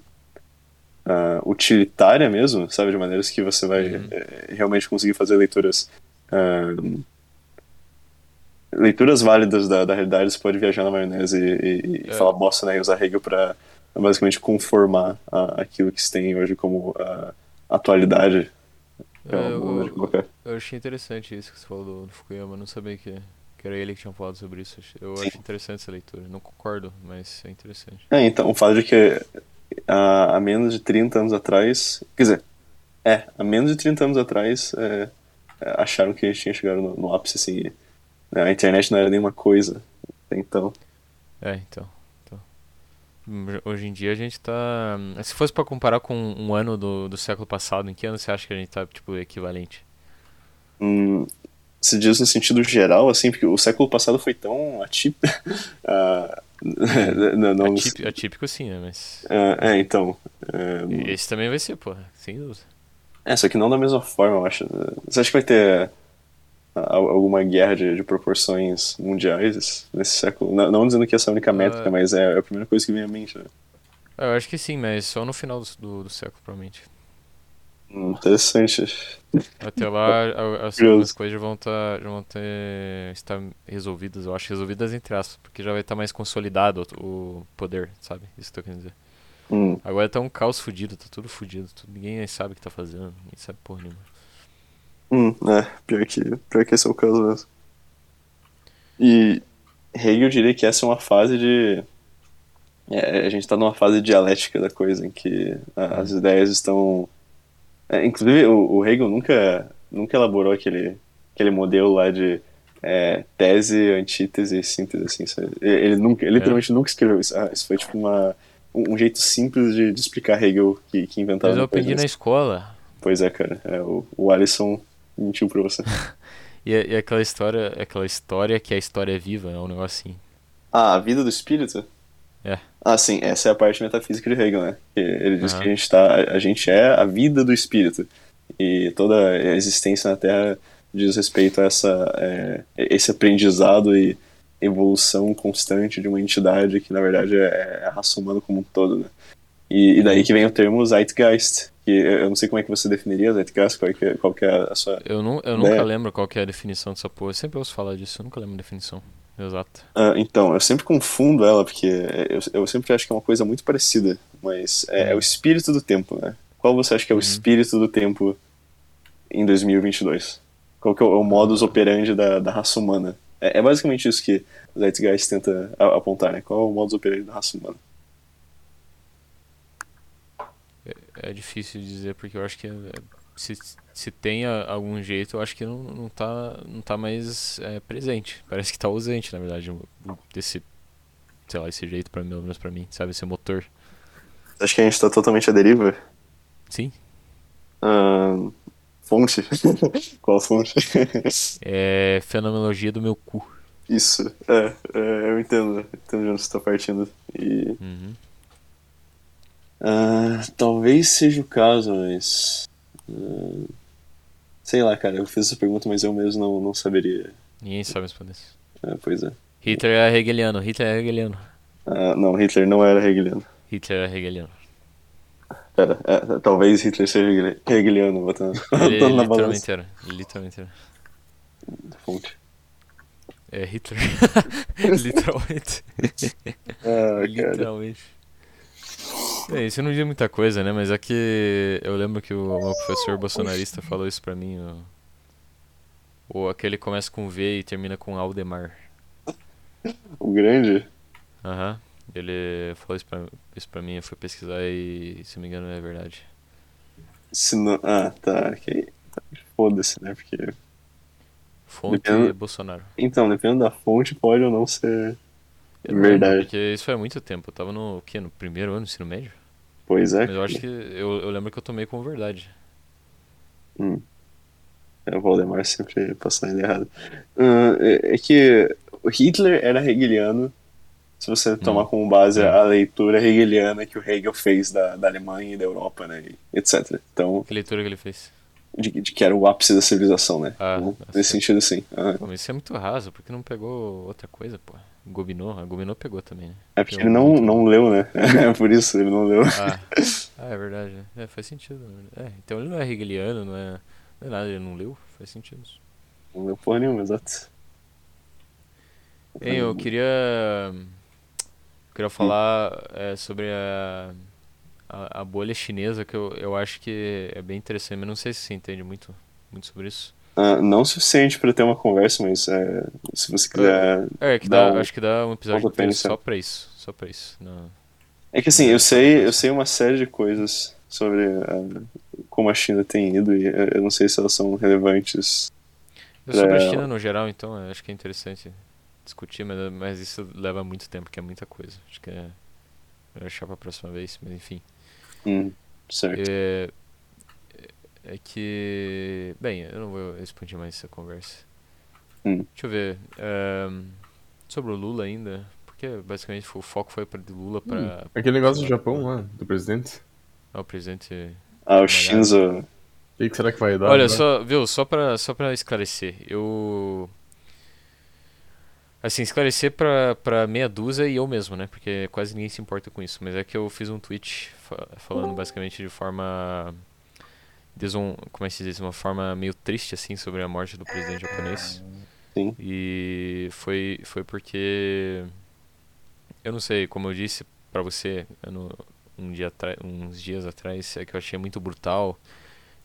ah, utilitária mesmo, sabe? De maneiras que você vai eh, realmente conseguir fazer leituras. ah, leituras válidas da, da realidade, você pode viajar na maionese e, e- e
É.
falar bosta, né? E usar Hegel pra basicamente conformar a, aquilo que se tem hoje como ah, atualidade. que é uma
eu,
maneira de colocar.
eu achei interessante isso que você falou do, do Fukuyama, eu não sabia que, que era ele que tinha falado sobre isso. Eu
Sim.
acho interessante essa leitura. Não concordo, mas é interessante.
É, então, o fato de que há, há menos de 30 anos atrás. Quer dizer, é, há menos de 30 anos atrás é, é, acharam que a gente tinha chegado no, no ápice, assim. e, né, a internet não era nenhuma coisa. Então,
É, então. então. Hum, Hoje em dia a gente tá. Se fosse pra comparar com um ano do, do século passado, em que ano você acha que a gente tá, tipo, equivalente?
hum, se diz no sentido geral, assim, porque o século passado foi tão atípico. ah, não, não-
Atípico, atípico sim, né? Mas.
ah, é, então. é,
Esse também vai ser, pô, sem dúvida.
É, só que não da mesma forma, eu acho. Você acha que vai ter ah, al- alguma guerra de, de proporções mundiais nesse século? Não, não dizendo que essa é a única métrica,
Ah.
mas é a primeira coisa que vem à mente, né?
Ah, Eu acho que sim, mas só no final do, do, do século, provavelmente.
Hum, interessante.
Até lá, a- as,
Curioso.
algumas coisas já vão, tá, já vão ter, estar resolvidas, eu acho, resolvidas entre aspas, porque já vai estar mais consolidado o, o poder, sabe? Isso que eu tô querendo dizer.
Hum,
Agora tá um caos fudido, tá tudo fudido, tudo, ninguém aí sabe o que tá fazendo, ninguém sabe porra nenhuma.
hum, é, pior que, pior que esse é o caso mesmo. E Hegel diria que essa é uma fase de. é, a gente está numa fase dialética da coisa, em que a-
Uhum.
as ideias estão. É, inclusive, o, o Hegel nunca, nunca elaborou aquele, aquele modelo lá de é, tese, antítese e síntese, assim, sabe? E- Ele, nunca,
É.
ele literalmente nunca escreveu isso. Ah, isso foi tipo uma, um um jeito simples de, de explicar Hegel que, que inventava.
Mas Tá, eu
depois,
aprendi
né?
na escola,
Pois é, cara. É, o, o Alisson mentiu pra você.
e, é, e aquela história, aquela história que a história é viva, é um negócio assim.
Ah, a vida do espírito?
É.
Ah, sim, essa é a parte metafísica de Hegel, né? Que Ele diz
Aham.
que a gente, tá, a gente é a vida do espírito. E toda a existência na Terra diz respeito a essa, é, esse aprendizado e evolução constante de uma entidade que, na verdade, é a raça humana como um todo, né? E, e daí que vem o termo Zeitgeist, que eu eu não sei como é que você definiria Zeitgeist, qual, é que, qual que é a sua
Eu, nu, eu nunca
Né?
lembro qual que é a definição dessa porra, eu sempre ouço falar disso, eu nunca lembro a definição exata.
Ah, então, eu sempre confundo ela, porque eu, eu sempre acho que é uma coisa muito parecida, mas é, é o espírito do tempo, né? Qual você acha que é o espírito do tempo em 2022? Qual que é o, é o modus operandi da, da raça humana? É, é basicamente isso que Zeitgeist tenta a- apontar, né? Qual é o modus operandi da raça humana?
É difícil dizer porque eu acho que é- se, se tem a- algum jeito, eu acho que não, não, tá, não tá mais é, presente. Parece que tá ausente, na verdade, o- o- desse, sei lá, esse jeito, pra, mim, pelo menos pra mim, sabe? Esse motor.
Você acha que a gente tá totalmente à deriva?
Sim,
Ah, fonte? Qual fonte?
é fenomenologia do meu cu.
isso, é, é, eu entendo, entendo de onde você tá partindo. E
Uhum.
Ah, talvez seja o caso, mas. ah, sei lá, cara, eu fiz essa pergunta, mas eu mesmo não, não saberia.
Ninguém sabe responder isso.
Ah, pois é.
Hitler era hegeliano, Hitler era hegeliano.
Ah, não, Hitler não era hegeliano.
Hitler era hegeliano.
Pera, é, talvez Hitler seja hegle- hegeliano, botando,
Ele
botando na balança.
literalmente era. ele Literalmente era.
Fonte.
É Hitler. literalmente.
Ah, cara.
Literalmente. É, isso eu não diz muita coisa, né? Mas é que eu lembro que o meu professor bolsonarista falou isso pra mim. ó. Ou aquele que começa com V e termina com Aldemar.
O grande?
Aham. Ele falou isso pra, isso pra mim, eu fui pesquisar e, se não me engano, é verdade.
Se não... Ah, tá. ok. Foda-se, né? Porque.
Fonte
Dependendo-
Bolsonaro.
Então, dependendo da fonte, pode ou não ser.
Eu não lembro,
Verdade.
Porque isso faz muito tempo. Eu tava no, o quê? No primeiro ano do ensino médio?
Pois é.
Mas eu acho que. Eu, eu lembro que eu tomei como verdade.
É, o Valdemar sempre passando ele errado. Ah, é, é que o Hitler era hegeliano, se você tomar como base a leitura hegeliana que o Hegel fez da, da Alemanha e da Europa, né, e etc. Então,
Que leitura que ele fez?
de, de que era o ápice da civilização, né?
Ah,
Então,
tá
nesse
certo.
sentido, sim. Ah,
Pô, mas isso é muito raso, porque não pegou outra coisa, pô. Gobinou, a Gobinou pegou também, né?
é porque ele não, não leu, né? É por isso, ele não leu.
Ah, ah, é verdade. né? É, faz sentido. na verdade. É, então ele não é hegeliano, não é, não é nada, ele não leu, faz sentido. isso.
Não leu porra nenhuma, exato.
Hein, eu queria. eu queria falar é, sobre a, a, a bolha chinesa, que eu, eu acho que é bem interessante, mas não sei se você entende muito, muito sobre isso.
ah, não o suficiente pra ter uma conversa, mas é, se você quiser.
É, que
dar
dá,
um-
acho que dá um episódio
pouco
inteiro
tenso.
só pra isso. Só pra isso. Não.
É que assim, eu sei, eu sei uma série de coisas sobre ah, como a China tem ido e eh, eu não sei se elas são relevantes.
Eu Sobre a
É.
China no geral, então, eu acho que é interessante discutir, mas, mas isso leva muito tempo, que é muita coisa. Acho que é. Eu achar pra próxima vez, mas enfim.
Hum, certo.
É, é que. Bem, eu não vou expandir mais essa conversa.
Hum.
Deixa eu ver. ahn, sobre o Lula ainda. Porque basicamente o foco foi para Lula para.
Hum.
Aquele negócio do Japão lá, do presidente.
Ao presidente.
Ah, o Shinzo.
O que que será que vai dar?
Olha,
agora?
só, viu, só pra, só pra esclarecer, eu. Assim, esclarecer pra, pra meia dúzia e eu mesmo, né? Porque quase ninguém se importa com isso. Mas é que eu fiz um tweet fa- falando basicamente de forma. Deson... Como é que se diz? Uma forma meio triste, assim, sobre a morte do presidente japonês.
Sim.
E foi, foi porque. Eu não sei, como eu disse pra você eu não- um dia atra- uns dias atrás, é que eu achei muito brutal.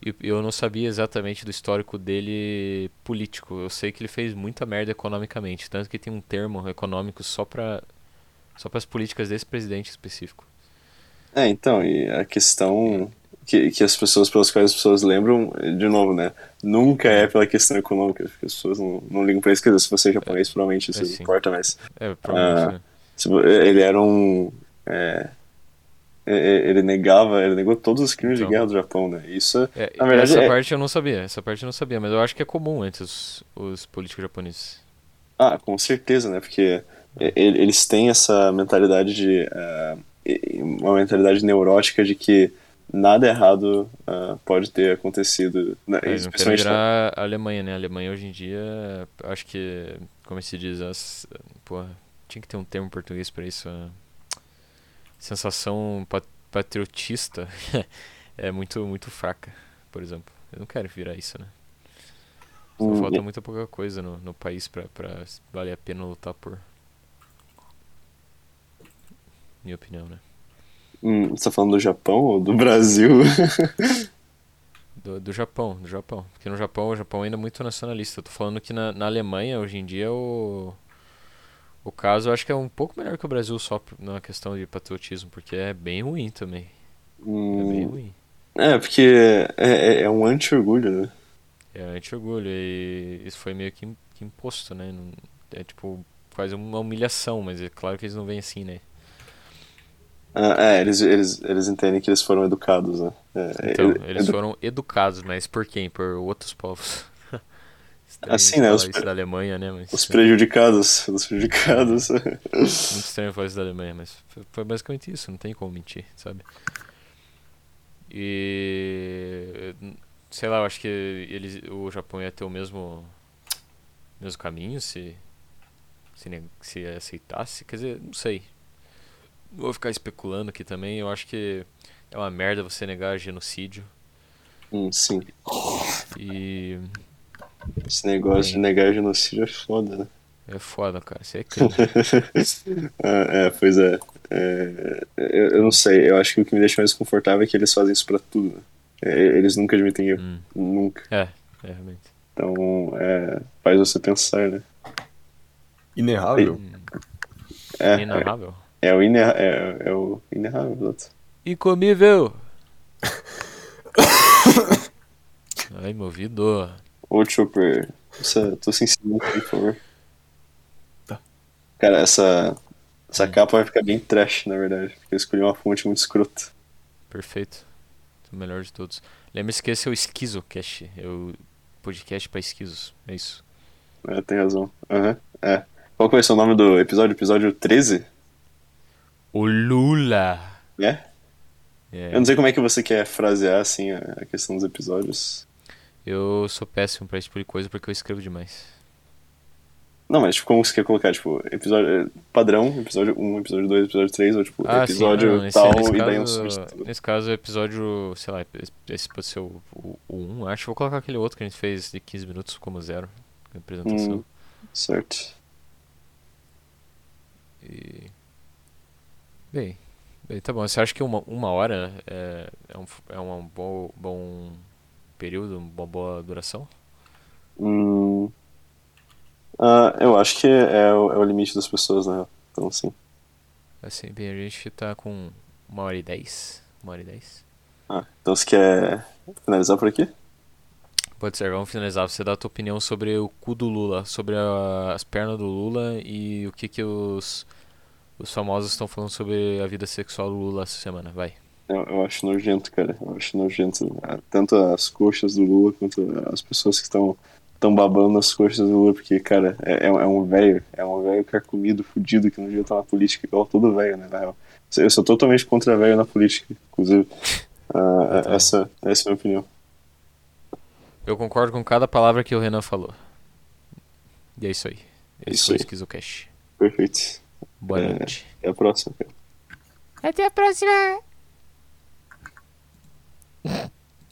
E eu não sabia exatamente do histórico dele político. Eu sei que ele fez muita merda economicamente, tanto que tem um termo econômico só pra só para as políticas desse presidente específico.
É, então, e a questão que, que as pessoas, pelas quais as pessoas lembram, de novo, né? Nunca é pela questão econômica, porque as pessoas não, não ligam pra isso. Quer dizer, se você é japonês, provavelmente isso
é sim.
importa, mas
É,
Ah,
provavelmente, né?
se vo- ele era um. é, e- e- ele negava, ele negou todos os crimes
Então.
de guerra do Japão, né? Isso,
É,
na verdade,
essa
é-
parte eu não sabia, essa parte eu não sabia, mas eu acho que é comum entre os, os políticos japoneses.
Ah, com certeza, né? Porque e- e- eles têm essa mentalidade de. ah, e- uma mentalidade neurótica de que nada errado ah, pode ter acontecido. né,
É, eles não querem
especialmente na-
virar a Alemanha, né? A Alemanha hoje em dia, acho que, como se diz, as, porra, tinha que ter um termo em português pra isso. A sensação pa- patriotista é muito, muito fraca, por exemplo. Eu não quero virar isso, né? Só
Hum,
falta muita pouca coisa no, no país pra, pra valer a pena lutar por. Minha opinião, né?
hum, você tá falando do Japão ou do Brasil?
Do, do Japão, do Japão. Porque no Japão, o Japão ainda é muito nacionalista. Eu tô falando que na, na Alemanha, hoje em dia, o, o caso eu acho que é um pouco melhor que o Brasil só por- na questão de patriotismo, porque é bem ruim também. É bem
Hum,
ruim.
é, porque é, é- é um anti-orgulho, né?
É anti-orgulho e isso foi meio que, im- que imposto, né? Não- É tipo quase uma humilhação, mas é claro que eles não vêm assim, né?
Ah, é, eles, eles, eles entendem que eles foram educados, né? É,
Então,
ele-
eles
edu-
foram educados, mas por quem? Por outros povos. Estranho
Assim, né,
falar
os
isso
pre-
da Alemanha, né? Mas...
Os prejudicados, os prejudicados.
Muito estranho falar isso da Alemanha, mas foi- foi basicamente isso, não tem como mentir, sabe? E. Sei lá, eu acho que eles, o Japão ia ter o mesmo. mesmo caminho se. se, ne- se aceitasse. Quer dizer, não sei. Não vou ficar especulando aqui também, eu acho que é uma merda você negar genocídio
Hum, sim,
e.
esse negócio de negar genocídio é foda, né?
é foda, cara, isso é crime.
Ah, é, pois é. É, eu, eu não sei, eu acho que o que me deixa mais confortável é que eles fazem isso pra tudo. né? É, eles nunca admitem erro.
Hum.
Nunca.
É, realmente.
Então, é, faz você pensar, né?
Inerrável.
É, é,
Inenarrável.
é o iner, é, é o inerrável. exato.
Incomível! Ai, meu ouvido.
Ô, Chopper, você, tô sensível, por favor.
Tá.
Cara, essa,
Hum.
essa capa vai ficar bem trash, na verdade, porque eu escolhi uma fonte muito escrota.
Perfeito. O melhor de todos. Lembre-se que esse é o Esquizocast. É o podcast pra esquizos. É isso.
É, tem razão. Aham, é. Qual que vai ser o nome do episódio? Episódio 13?
O Lula!
É?
É,
Eu não sei como é que você quer frasear assim a a questão dos episódios.
eu sou péssimo pra esse tipo de coisa porque eu escrevo demais.
Não, mas tipo, como você quer colocar, tipo, episódio eh, padrão, episódio 1, episódio 2, episódio 3, ou tipo,
Ah,
episódio
sim, não, nesse,
tal
nesse
e
caso, é.
daí um subtítulo.
Nesse caso, episódio, sei lá, esse pode ser o 1, um, acho. Vou colocar aquele outro que a gente fez de 15 minutos como zero. Na apresentação.
Hum, certo.
E... Bem, bem, tá bom. Você acha que uma, uma hora né, é, é um, f- é um bom, bom período, uma boa duração?
Hum... Ah, eu acho que é o, é o limite das pessoas, né? Então, sim.
Assim, bem, a gente tá com uma hora e dez. Uma hora e dez.
Ah, então você quer finalizar por aqui?
Pode ser, vamos finalizar. Você dá a tua opinião sobre o cu do Lula, sobre a- as pernas do Lula e o que que os, os famosos estão falando sobre a vida sexual do Lula essa semana. Vai.
Eu, eu acho nojento, cara. Eu acho nojento. ah, Tanto as coxas do Lula quanto as pessoas que estão tão babando as coxas do Lula, porque, cara, é, é um- é um velho, é um velho carcomido, fudido, que não devia estar na política igual todo velho, né? Na real. Eu sou totalmente contra velho na política, inclusive. Ah,
também.
essa, essa é a minha opinião.
Eu concordo com cada palavra que o Renan falou. E é isso aí.
É
Esse
isso
foi o
aí.
Esquizocash.
Perfeito.
Boa
É.
noite.
Até a próxima, cara.
Até a próxima!